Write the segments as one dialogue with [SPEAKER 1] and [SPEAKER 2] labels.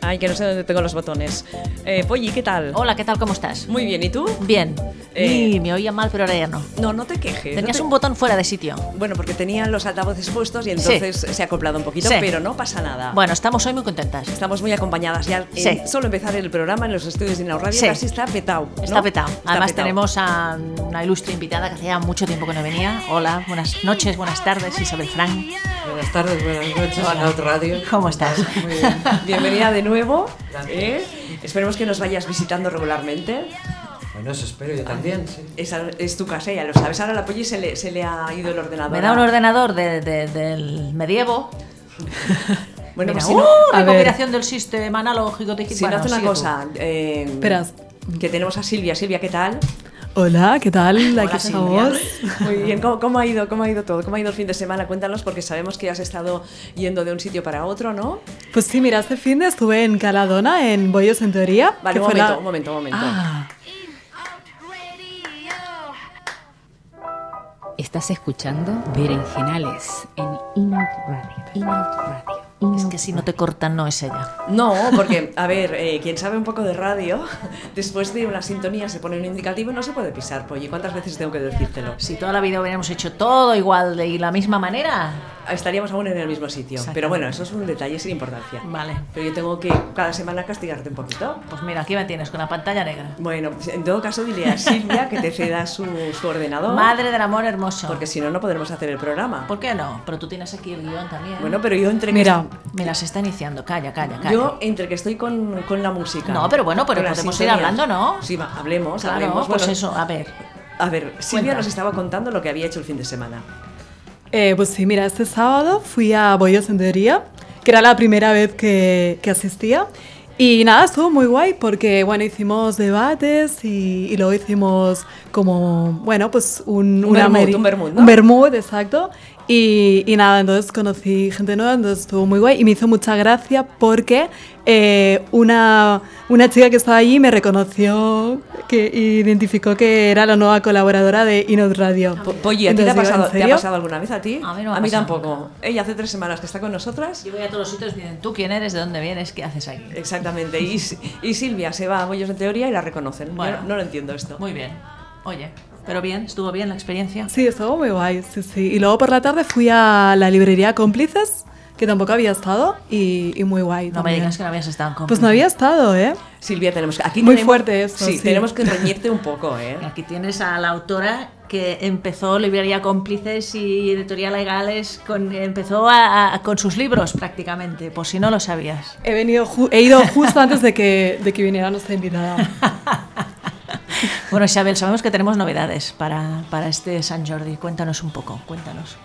[SPEAKER 1] Ay, que no sé dónde tengo los botones. Eh, Polly, ¿qué tal?
[SPEAKER 2] Hola, ¿qué tal? ¿Cómo estás?
[SPEAKER 1] Muy bien, ¿y tú?
[SPEAKER 2] Bien.
[SPEAKER 1] Eh,
[SPEAKER 2] Y me oía mal, pero ahora ya no.
[SPEAKER 1] No, no te quejes.
[SPEAKER 2] Tenías
[SPEAKER 1] no
[SPEAKER 2] un
[SPEAKER 1] te-
[SPEAKER 2] botón fuera de sitio.
[SPEAKER 1] Bueno, porque tenía los altavoces puestos y entonces se ha acoplado un poquito,
[SPEAKER 2] Sí.
[SPEAKER 1] pero no pasa nada.
[SPEAKER 2] Bueno, estamos hoy muy contentas.
[SPEAKER 1] Estamos muy acompañadas ya.
[SPEAKER 2] Sí.
[SPEAKER 1] en solo empezar el programa en los estudios de Inau Radio
[SPEAKER 2] Sí.
[SPEAKER 1] casi está petado.
[SPEAKER 2] Está petado. Además tenemos a una ilustre invitada que hacía mucho tiempo que no venía. Hola, buenas noches, buenas tardes, Isabel Frank.
[SPEAKER 3] Buenas tardes, buenas noches, a Radio.
[SPEAKER 2] ¿Cómo estás?
[SPEAKER 3] Muy bien.
[SPEAKER 1] Bienvenida de nuevo.
[SPEAKER 3] Gracias.
[SPEAKER 1] ¿eh? Esperemos que nos vayas visitando regularmente.
[SPEAKER 3] Bueno, eso espero yo también, sí.
[SPEAKER 1] Esa es tu casa, ya lo sabes. Ahora a la Polly se le, se le ha ido el ordenador.
[SPEAKER 2] Me da un ordenador de- de- del medievo.
[SPEAKER 1] Bueno,
[SPEAKER 2] Mira,
[SPEAKER 1] pues si
[SPEAKER 2] ¡uh!
[SPEAKER 1] no,
[SPEAKER 4] a ver.
[SPEAKER 2] recuperación del sistema analógico digital.
[SPEAKER 1] Si no hace
[SPEAKER 2] Bueno,
[SPEAKER 1] una
[SPEAKER 2] sigue tú.
[SPEAKER 1] cosa, eh,
[SPEAKER 4] Esperad.
[SPEAKER 1] que tenemos a Silvia. Silvia, ¿qué tal?
[SPEAKER 4] Hola, ¿qué tal?
[SPEAKER 2] Hola,
[SPEAKER 4] Aquí
[SPEAKER 2] Silvia.
[SPEAKER 4] estamos.
[SPEAKER 1] Muy bien, ¿Cómo, cómo ha ido, ¿cómo ha ido todo? ¿Cómo ha ido el fin de semana? Cuéntanos porque sabemos que has estado yendo de un sitio para otro, ¿no?
[SPEAKER 4] Pues sí, mira, este fin de estuve en Caladona, en Bollos en Teoría.
[SPEAKER 1] Vale,
[SPEAKER 4] que
[SPEAKER 1] un
[SPEAKER 4] fue
[SPEAKER 1] momento,
[SPEAKER 4] la-
[SPEAKER 1] un momento, un momento.
[SPEAKER 4] Ah,
[SPEAKER 5] Estás escuchando Berenjenales en Inout Radio. Inout Radio. Inout
[SPEAKER 2] Es que si no te cortan, no es ella.
[SPEAKER 1] No, porque, a ver, eh, quien sabe un poco de radio, después de una sintonía se pone un indicativo y no se puede pisar, Polly. ¿Cuántas veces tengo que decírtelo?
[SPEAKER 2] Si toda la vida hubiéramos hecho todo igual de- y la misma manera.
[SPEAKER 1] Estaríamos aún en el mismo sitio. Pero bueno, eso es un detalle sin importancia.
[SPEAKER 2] Vale.
[SPEAKER 1] Pero yo tengo que cada semana castigarte un poquito.
[SPEAKER 2] Pues mira, aquí me tienes con la pantalla negra.
[SPEAKER 1] Bueno, en todo caso dile a Silvia que te ceda su, su ordenador.
[SPEAKER 2] Madre del amor hermoso.
[SPEAKER 1] Porque si no, no podremos hacer el programa.
[SPEAKER 2] ¿Por qué no? Pero tú tienes aquí el guión también.
[SPEAKER 1] Bueno, pero yo entre que-
[SPEAKER 4] mira,
[SPEAKER 2] Mira, se está iniciando. Calla, calla, calla.
[SPEAKER 1] yo entre que estoy con, con la música.
[SPEAKER 2] No, pero bueno, pero
[SPEAKER 1] con las
[SPEAKER 2] podemos ir
[SPEAKER 1] sintonías.
[SPEAKER 2] hablando, ¿no?
[SPEAKER 1] Sí, va, hablemos,
[SPEAKER 2] Claro,
[SPEAKER 1] hablemos.
[SPEAKER 2] pues
[SPEAKER 1] Bueno,
[SPEAKER 2] eso, a ver.
[SPEAKER 1] A ver, Silvia
[SPEAKER 2] Cuenta.
[SPEAKER 1] nos estaba contando lo que había hecho el fin de semana.
[SPEAKER 4] eh, pues sí, mira, este sábado fui a Bollos en Teoría, que era la primera vez que, que asistía. Y nada, estuvo muy guay porque, bueno, hicimos debates y, y luego hicimos como, bueno, pues un...
[SPEAKER 1] Un
[SPEAKER 4] una
[SPEAKER 1] vermut,
[SPEAKER 4] meri-
[SPEAKER 1] un vermut, ¿no?
[SPEAKER 4] un vermut, exacto. Y, y nada, entonces conocí gente nueva, entonces estuvo muy guay y me hizo mucha gracia porque eh, una, una chica que estaba allí me reconoció que identificó que era la nueva colaboradora de Inod Radio.
[SPEAKER 1] Ah, Po- Polly, ¿a ti te ha,
[SPEAKER 4] Entonces digo,
[SPEAKER 1] pasado,
[SPEAKER 4] ¿en
[SPEAKER 1] te ha
[SPEAKER 4] serio?
[SPEAKER 1] pasado alguna vez a ti?
[SPEAKER 2] A mí no me ha pasado
[SPEAKER 1] tampoco. Ella hace tres semanas que está con nosotras.
[SPEAKER 2] Yo voy a todos los sitios y dicen, ¿tú quién eres? ¿De dónde vienes? ¿Qué haces aquí?
[SPEAKER 1] Exactamente. Y, Si- y Silvia se va a Bollos en Teoría y la reconocen. Yo
[SPEAKER 2] Bueno.
[SPEAKER 1] no, lo entiendo esto.
[SPEAKER 2] Muy bien. Oye, pero bien, estuvo bien la experiencia.
[SPEAKER 4] Sí, estuvo muy guay, sí, sí. Y luego por la tarde fui a la librería Cómplices, que tampoco había estado, y, y muy guay.
[SPEAKER 2] No me
[SPEAKER 4] también.
[SPEAKER 2] digas que no habías estado en
[SPEAKER 4] Pues no había estado, ¿eh?
[SPEAKER 1] Silvia, tenemos que... Aquí
[SPEAKER 4] Muy
[SPEAKER 1] tenemos-
[SPEAKER 4] fuerte esto,
[SPEAKER 1] Sí,
[SPEAKER 4] sí.
[SPEAKER 1] tenemos que reñirte un poco, ¿eh?
[SPEAKER 2] Aquí tienes a la autora que empezó librería cómplices y editorial legales, con, empezó a- a- con sus libros prácticamente, por si no lo sabías.
[SPEAKER 4] He, venido ju- he ido justo antes de que, de que viniera nuestra invitada.
[SPEAKER 2] Bueno, Isabel, sabemos que tenemos novedades para, para este San Jordi. Cuéntanos un poco, cuéntanos.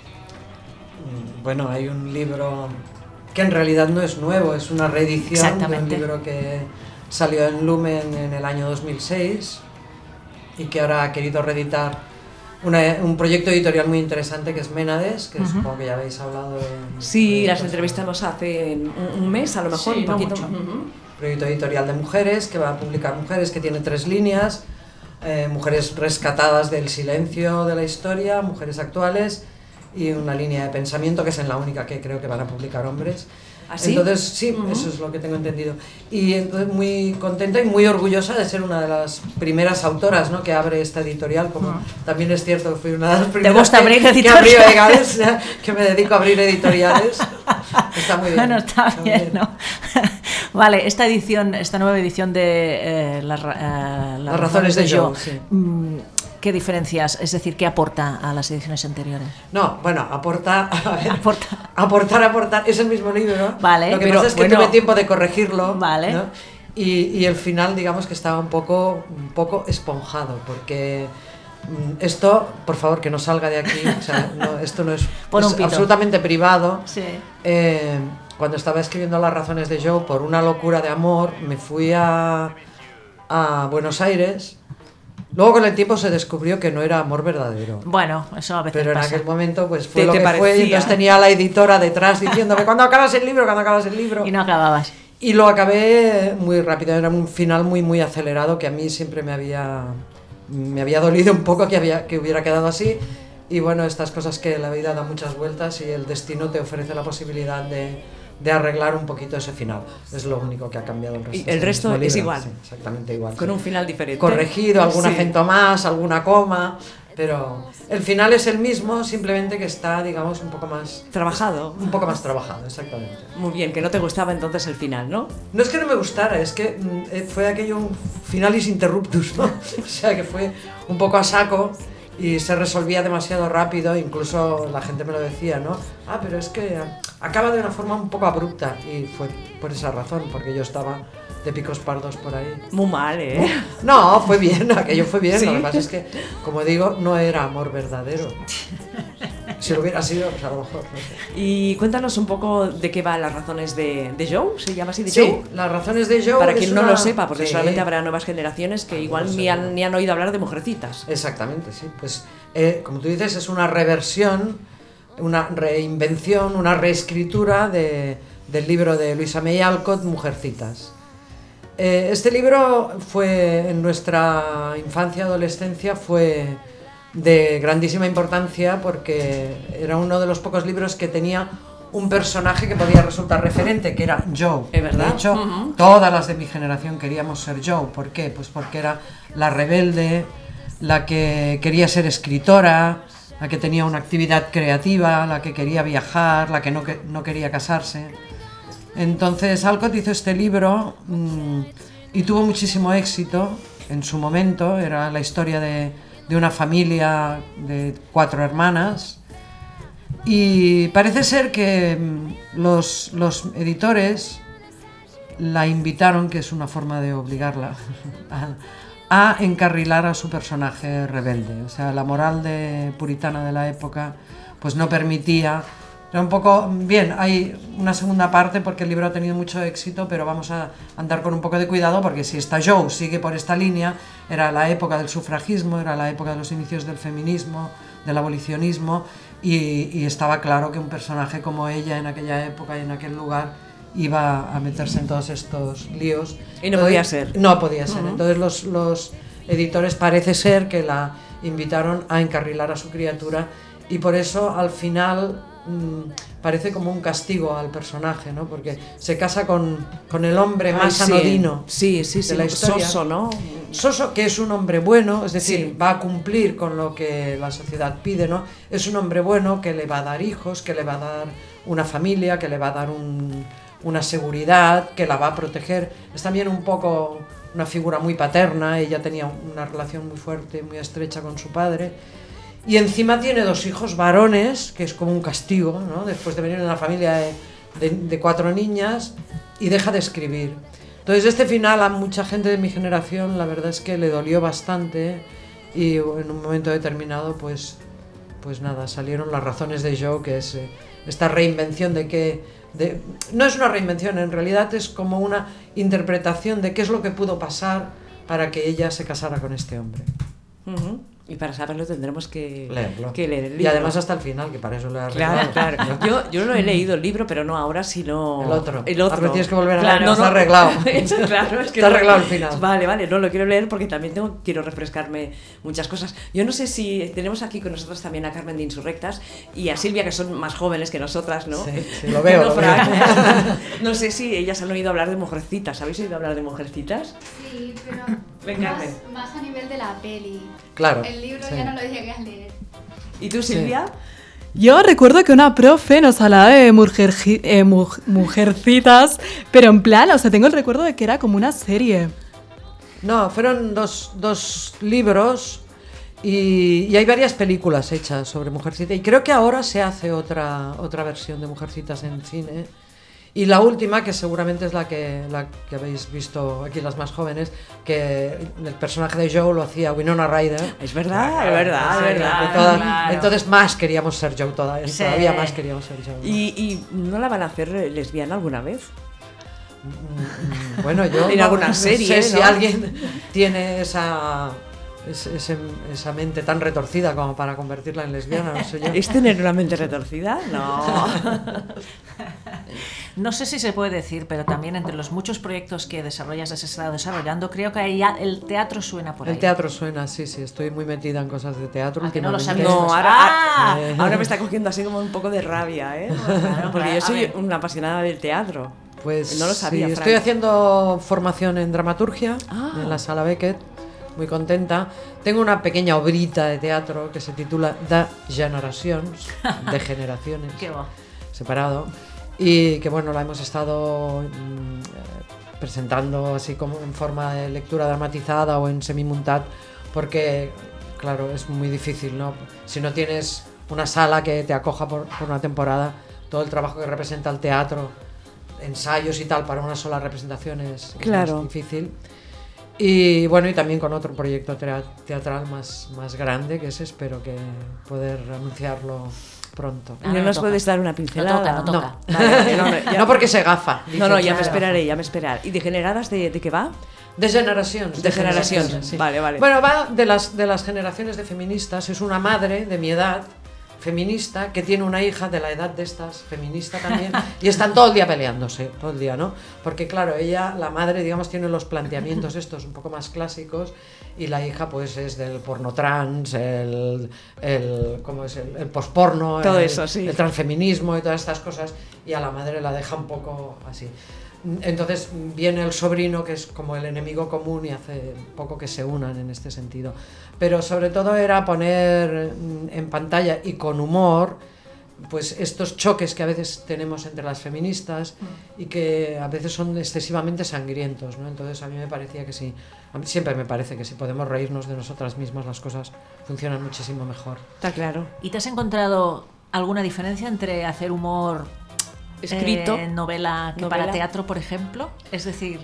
[SPEAKER 3] Mm, Bueno, hay un libro que en realidad no es nuevo, es una reedición de un
[SPEAKER 2] Exactamente.
[SPEAKER 3] libro que salió en Lumen en el año 2006 y que ahora ha querido reeditar una- un proyecto editorial muy interesante que es Ménades, que supongo que ya habéis hablado de...
[SPEAKER 1] Sí,
[SPEAKER 3] de-
[SPEAKER 1] las entrevistamos hace un, un mes, a lo mejor,
[SPEAKER 2] Sí,
[SPEAKER 1] un
[SPEAKER 2] no
[SPEAKER 1] poquito.
[SPEAKER 2] mucho.
[SPEAKER 1] Ujú.
[SPEAKER 3] proyecto editorial de mujeres que va a publicar mujeres que tiene tres líneas eh, mujeres rescatadas del silencio de la historia mujeres actuales y una línea de pensamiento que es en la única que creo que van a publicar hombres
[SPEAKER 1] ¿Ah, sí?
[SPEAKER 3] entonces sí eso es lo que tengo entendido y entonces muy contenta y muy orgullosa de ser una de las primeras autoras ¿no? que abre esta editorial como también es cierto que fui una de las primeras
[SPEAKER 2] gusta
[SPEAKER 3] que-
[SPEAKER 2] abrir
[SPEAKER 3] que, abrió
[SPEAKER 2] editoriales?
[SPEAKER 3] Egades, que me dedico a abrir editoriales está muy bien
[SPEAKER 2] Bueno, está
[SPEAKER 3] muy
[SPEAKER 2] bien, ¿no? Vale, esta edición, esta nueva edición de eh, las, ra- eh, las
[SPEAKER 3] Las razones de yo, sí.
[SPEAKER 2] mm, ¿Qué diferencias, es decir, qué aporta a las ediciones anteriores?
[SPEAKER 3] No, bueno, aporta, a ver,
[SPEAKER 2] Aporta.
[SPEAKER 3] aportar, aportar, es el mismo libro.
[SPEAKER 2] Vale,
[SPEAKER 3] Lo que
[SPEAKER 2] pero
[SPEAKER 3] pasa es que
[SPEAKER 2] bueno.
[SPEAKER 3] tuve tiempo de corregirlo.
[SPEAKER 2] Vale.
[SPEAKER 3] ¿no? Y, y el final, digamos que estaba un poco, un poco esponjado, porque mm, esto, por favor, que no salga de aquí, o sea, no, esto no es,
[SPEAKER 2] Pon un
[SPEAKER 3] es
[SPEAKER 2] pito.
[SPEAKER 3] absolutamente privado.
[SPEAKER 2] Sí.
[SPEAKER 3] Eh, cuando estaba escribiendo Las razones de Joe por una locura de amor, me fui a, a Buenos Aires. Luego con el tiempo se descubrió que no era amor verdadero.
[SPEAKER 2] Bueno, eso a veces
[SPEAKER 3] Pero en
[SPEAKER 2] pasa.
[SPEAKER 3] aquel momento pues fue
[SPEAKER 1] ¿Te-
[SPEAKER 3] lo
[SPEAKER 1] te
[SPEAKER 3] que fue y
[SPEAKER 1] parecía?
[SPEAKER 3] entonces tenía a la editora detrás diciéndome cuando acabas el libro, cuando acabas el libro.
[SPEAKER 2] Y no acababas.
[SPEAKER 3] Y lo acabé muy rápido, era un final muy muy acelerado que a mí siempre me había me había dolido un poco que había que hubiera quedado así. Y bueno, estas cosas que la vida da muchas vueltas y el destino te ofrece la posibilidad de de arreglar un poquito ese final. Es lo único que ha cambiado el resto.
[SPEAKER 1] Y el
[SPEAKER 3] el
[SPEAKER 1] resto
[SPEAKER 3] mismo
[SPEAKER 1] es
[SPEAKER 3] libro,
[SPEAKER 1] igual.
[SPEAKER 3] sí, exactamente igual.
[SPEAKER 1] Con
[SPEAKER 3] sí.
[SPEAKER 1] un final diferente.
[SPEAKER 3] Corregido, algún
[SPEAKER 1] Sí.
[SPEAKER 3] acento más, alguna coma, pero el final es el mismo, simplemente que está, digamos, un poco más,
[SPEAKER 1] Trabajado.
[SPEAKER 3] un poco más trabajado, exactamente.
[SPEAKER 1] Muy bien, que no te gustaba entonces el final, ¿no?
[SPEAKER 3] No es que no me gustara, es que mm, eh, fue aquello un finalis interruptus, ¿no? o sea que fue un poco a saco y se resolvía demasiado rápido, incluso la gente me lo decía, ¿no? Ah, pero es que ah, acaba de una forma un poco abrupta y fue por esa razón, porque yo estaba de picos pardos por ahí.
[SPEAKER 1] Muy mal, ¿eh?
[SPEAKER 3] No, fue bien, aquello fue bien, lo
[SPEAKER 1] Sí.
[SPEAKER 3] que pasa es que, como digo, no era amor verdadero. Si lo hubiera sido, pues a lo mejor. no sé.
[SPEAKER 1] Y cuéntanos un poco de qué va las razones de, de Joe, ¿se llama así de
[SPEAKER 3] Sí,
[SPEAKER 1] Joe?
[SPEAKER 3] las razones de Joe.
[SPEAKER 1] Para
[SPEAKER 3] es
[SPEAKER 1] quien no
[SPEAKER 3] una-
[SPEAKER 1] lo sepa, porque
[SPEAKER 3] Sí. Ah,
[SPEAKER 1] solamente habrá nuevas generaciones que igual ni
[SPEAKER 3] seguro.
[SPEAKER 1] han, ni han oído hablar de mujercitas.
[SPEAKER 3] Exactamente, sí. Pues, eh, como tú dices, es una reversión, una reinvención, una reescritura de- del libro de Luisa May Alcott, Mujercitas. Eh, este libro fue, en nuestra infancia, adolescencia, fue de grandísima importancia porque era uno de los pocos libros que tenía un personaje que podía resultar referente, que era Joe.
[SPEAKER 1] Es verdad.
[SPEAKER 3] De hecho, todas las de mi generación queríamos ser Joe. ¿Por qué? Pues porque era la rebelde, la que quería ser escritora, la que tenía una actividad creativa, la que quería viajar, la que no, que- no quería casarse. Entonces Alcott hizo este libro mm, y tuvo muchísimo éxito en su momento. Era la historia de, de una familia de cuatro hermanas. Y parece ser que mm, los, los editores la invitaron, que es una forma de obligarla, a, a encarrilar a su personaje rebelde. O sea, la moral de puritana de la época pues no permitía... Era un poco... Bien, hay una segunda parte porque el libro ha tenido mucho éxito, pero vamos a andar con un poco de cuidado porque si esta Joe sigue por esta línea, era la época del sufragismo, era la época de los inicios del feminismo, del abolicionismo, y, y estaba claro que un personaje como ella en aquella época y en aquel lugar iba a meterse en todos estos líos.
[SPEAKER 1] Y no
[SPEAKER 3] Entonces-
[SPEAKER 1] podía ser.
[SPEAKER 3] No podía ser. Entonces los, los editores parece ser que la invitaron a encarrilar a su criatura y por eso al final mm, parece como un castigo al personaje, ¿no? Porque se casa con, con el hombre más
[SPEAKER 1] Ay, sí.
[SPEAKER 3] anodino.
[SPEAKER 1] Sí, sí, sí.
[SPEAKER 3] de la historia.
[SPEAKER 1] Soso, ¿no?
[SPEAKER 3] Soso, que es un hombre bueno, es decir,
[SPEAKER 1] Sí.
[SPEAKER 3] va a cumplir con lo que la sociedad pide, ¿no? Es un hombre bueno que le va a dar hijos, que le va a dar una familia, que le va a dar un- una seguridad, que la va a proteger. Es también un poco una figura muy paterna, ella tenía una relación muy fuerte, muy estrecha con su padre. Y encima tiene dos hijos varones, que es como un castigo, ¿no? Después de venir de una familia de, de- de cuatro niñas y deja de escribir. Entonces este final a mucha gente de mi generación la verdad es que le dolió bastante y en un momento determinado pues, pues nada, salieron las razones de Joe, que es eh, esta reinvención de que... de- no es una reinvención, en realidad es como una interpretación de qué es lo que pudo pasar para que ella se casara con este hombre.
[SPEAKER 1] Ujú. Y para saberlo tendremos que
[SPEAKER 3] Leerlo.
[SPEAKER 1] que leer el
[SPEAKER 3] Y
[SPEAKER 1] libro.
[SPEAKER 3] además hasta el final, que para eso le he
[SPEAKER 1] Claro,
[SPEAKER 3] arreglado.
[SPEAKER 1] claro. Yo, yo no he leído el libro, pero no ahora, sino.
[SPEAKER 3] El otro.
[SPEAKER 1] El otro.
[SPEAKER 3] Ah, pero tienes que volver a
[SPEAKER 1] Claro,
[SPEAKER 3] leerlo, está arreglado.
[SPEAKER 1] Es- claro, es que
[SPEAKER 3] Está
[SPEAKER 1] no-
[SPEAKER 3] arreglado al final.
[SPEAKER 1] Vale, vale, no lo quiero leer porque también tengo, quiero refrescarme muchas cosas. Yo no sé si tenemos aquí con nosotros también a Carmen de Insurrectas y a Silvia, que son más jóvenes que nosotras, ¿no?
[SPEAKER 3] Sí, sí, lo veo,
[SPEAKER 1] No,
[SPEAKER 3] lo
[SPEAKER 1] Fran.
[SPEAKER 3] veo.
[SPEAKER 1] No sé si ellas han oído hablar de mujercitas. ¿Habéis oído hablar de mujercitas?
[SPEAKER 6] Sí, pero
[SPEAKER 1] Venga,
[SPEAKER 6] más,
[SPEAKER 1] Carmen.
[SPEAKER 6] más a nivel de la peli.
[SPEAKER 3] Claro,
[SPEAKER 6] El libro
[SPEAKER 3] sí.
[SPEAKER 6] ya no lo llegué a leer.
[SPEAKER 1] ¿Y tú, Silvia?
[SPEAKER 4] Yo recuerdo que una profe nos hablaba de mujergi- eh, muj- mujercitas, pero en plan, o sea, tengo el recuerdo de que era como una serie.
[SPEAKER 3] No, fueron dos, dos libros y, y hay varias películas hechas sobre Mujercita. Y creo que ahora se hace otra, otra versión de Mujercitas en cine. Y la última, que seguramente es la que, la que habéis visto aquí las más jóvenes, que el personaje de Joe lo hacía Winona Ryder.
[SPEAKER 1] Es verdad, es verdad, es
[SPEAKER 3] Sí,
[SPEAKER 1] verdad.
[SPEAKER 3] de todas-
[SPEAKER 2] claro.
[SPEAKER 3] Entonces más queríamos ser Joe todavía,
[SPEAKER 2] Sí.
[SPEAKER 3] todavía más queríamos ser Joe. ¿no?
[SPEAKER 1] ¿Y, ¿Y no la van a hacer lesbiana alguna vez?
[SPEAKER 3] Bueno, yo
[SPEAKER 1] En
[SPEAKER 3] no-
[SPEAKER 1] alguna
[SPEAKER 3] mm. no
[SPEAKER 1] serie,
[SPEAKER 3] sé si
[SPEAKER 1] ¿no?
[SPEAKER 3] alguien tiene esa es- ese- esa mente tan retorcida como para convertirla en lesbiana, no sé yo.
[SPEAKER 1] ¿Es tener una mente retorcida? No.
[SPEAKER 2] No sé si se puede decir, pero también entre los muchos proyectos que desarrollas, has estado desarrollando, creo que ahí ya el teatro suena por ahí.
[SPEAKER 3] El teatro suena, sí, sí, estoy muy metida en cosas de teatro.
[SPEAKER 2] Ah, que no lo
[SPEAKER 3] últimamente.
[SPEAKER 2] sabías.
[SPEAKER 1] No, ahora,
[SPEAKER 2] Ah.
[SPEAKER 1] ah, ahora me está cogiendo así como un poco de rabia, ¿eh?
[SPEAKER 2] claro,
[SPEAKER 1] Porque
[SPEAKER 2] a
[SPEAKER 1] yo soy
[SPEAKER 2] ver.
[SPEAKER 1] una apasionada del teatro.
[SPEAKER 3] Pues
[SPEAKER 1] no lo sabía.
[SPEAKER 3] sí,
[SPEAKER 1] Fran.
[SPEAKER 3] estoy haciendo formación en dramaturgia
[SPEAKER 1] Ah.
[SPEAKER 3] en la sala Beckett, muy contenta. Tengo una pequeña obrita de teatro que se titula Da Generations, de generaciones,
[SPEAKER 2] Qué bo.
[SPEAKER 3] separado, y que bueno, la hemos estado mm, eh, presentando así como en forma de lectura dramatizada o en semimuntad, porque claro, es muy difícil, ¿no? Si no tienes una sala que te acoja por- por una temporada, todo el trabajo que representa el teatro ensayos y tal para una sola representación es, es
[SPEAKER 1] Claro.
[SPEAKER 3] más difícil. Y bueno, y también con otro proyecto tea- teatral más, más grande, que ese espero que poder anunciarlo pronto.
[SPEAKER 2] Ah,
[SPEAKER 1] no
[SPEAKER 2] no
[SPEAKER 1] nos
[SPEAKER 2] toca.
[SPEAKER 1] puedes dar una
[SPEAKER 2] toca,
[SPEAKER 1] pincelada.
[SPEAKER 2] no toca.
[SPEAKER 3] No. no, porque se gafa.
[SPEAKER 1] No, no, ya me
[SPEAKER 3] esperaré
[SPEAKER 1] esperaré, ya me esperaré. ¿Y degeneradas de, de qué va?
[SPEAKER 3] De
[SPEAKER 2] Pues
[SPEAKER 3] generaciones.
[SPEAKER 1] De generaciones, vale, vale.
[SPEAKER 3] Bueno, va de las, de las generaciones de feministas. Es una madre de mi edad, feminista, que tiene una hija de la edad de estas, feminista también. y están todo el día peleándose, todo el día, ¿no? Porque claro, ella, la madre, digamos, tiene los planteamientos estos un poco más clásicos y la hija pues es del porno trans, el, el ¿cómo es? El, el posporno,
[SPEAKER 1] Todo
[SPEAKER 3] el-
[SPEAKER 1] eso, sí.
[SPEAKER 3] el transfeminismo y todas estas cosas, y a la madre la deja un poco así. Entonces viene el sobrino, que es como el enemigo común, y hace poco que se unan en este sentido. Pero sobre todo era poner mm, en pantalla y con humor pues estos choques que a veces tenemos entre las feministas y que a veces son excesivamente sangrientos, ¿no? Entonces a mí me parecía que sí, a mí siempre me parece que si podemos reírnos de nosotras mismas las cosas funcionan muchísimo mejor.
[SPEAKER 1] Está claro.
[SPEAKER 2] ¿Y te has encontrado alguna diferencia entre hacer humor
[SPEAKER 1] Escrito.
[SPEAKER 2] eh, novela, que
[SPEAKER 1] Novela.
[SPEAKER 2] para teatro, por ejemplo? Es decir,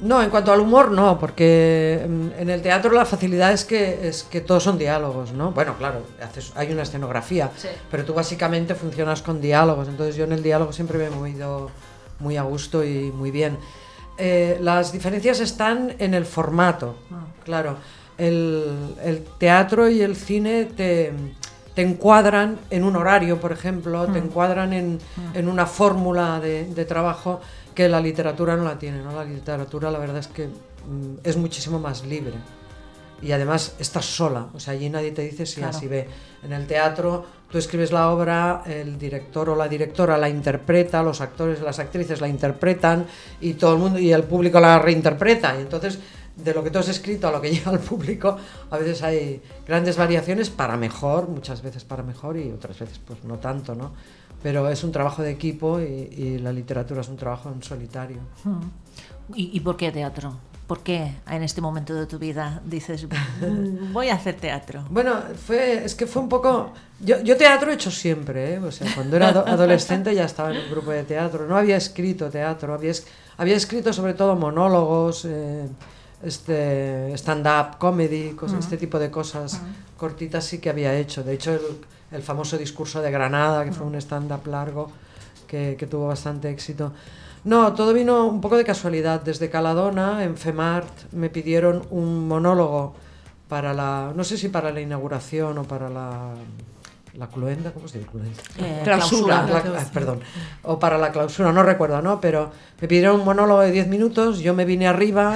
[SPEAKER 3] No, en cuanto al humor, no, porque mm, en el teatro la facilidad es que, es que todos son diálogos, ¿no? Bueno, claro, haces, hay una escenografía,
[SPEAKER 2] Sí.
[SPEAKER 3] pero tú básicamente funcionas con diálogos, entonces yo en el diálogo siempre me he movido muy a gusto y muy bien. Eh, las diferencias están en el formato, claro. El, el teatro y el cine te, te encuadran en un horario, por ejemplo, te encuadran en, en una fórmula de, de trabajo que la literatura no la tiene, ¿no? La literatura la verdad es que mm, es muchísimo más libre. Y además estás sola, o sea, allí nadie te dice si
[SPEAKER 2] Claro.
[SPEAKER 3] así ve. En el teatro tú escribes la obra, el director o la directora la interpreta, los actores y las actrices la interpretan y todo el mundo y el público la reinterpreta. Y entonces de lo que tú has escrito a lo que llega al público, a veces hay grandes variaciones para mejor, muchas veces para mejor y otras veces pues no tanto, ¿no? Pero es un trabajo de equipo y, y la literatura es un trabajo en solitario.
[SPEAKER 2] ¿y, y por qué teatro? ¿Por qué en este momento de tu vida dices, "Mm, voy a hacer teatro?
[SPEAKER 3] Bueno, fue, es que fue un poco... Yo, yo teatro he hecho siempre, ¿eh? O sea, cuando era ado- adolescente ya estaba en un grupo de teatro. No había escrito teatro, había, es- había escrito sobre todo monólogos, eh, este, stand-up, comedy, cos- este tipo de cosas cortitas sí que había hecho. De hecho, el, el famoso discurso de Granada, que fue un stand-up largo, que, que tuvo bastante éxito. No, todo vino un poco de casualidad. Desde Caladona, en FEMART, me pidieron un monólogo para la, no sé si para la inauguración o para la, la cluenda, ¿cómo se dice cluenda?
[SPEAKER 2] Eh,
[SPEAKER 1] Clausura.
[SPEAKER 3] La- ah, perdón, o para la clausura, no recuerdo, ¿no? Pero me pidieron un monólogo de 10 minutos, yo me vine arriba,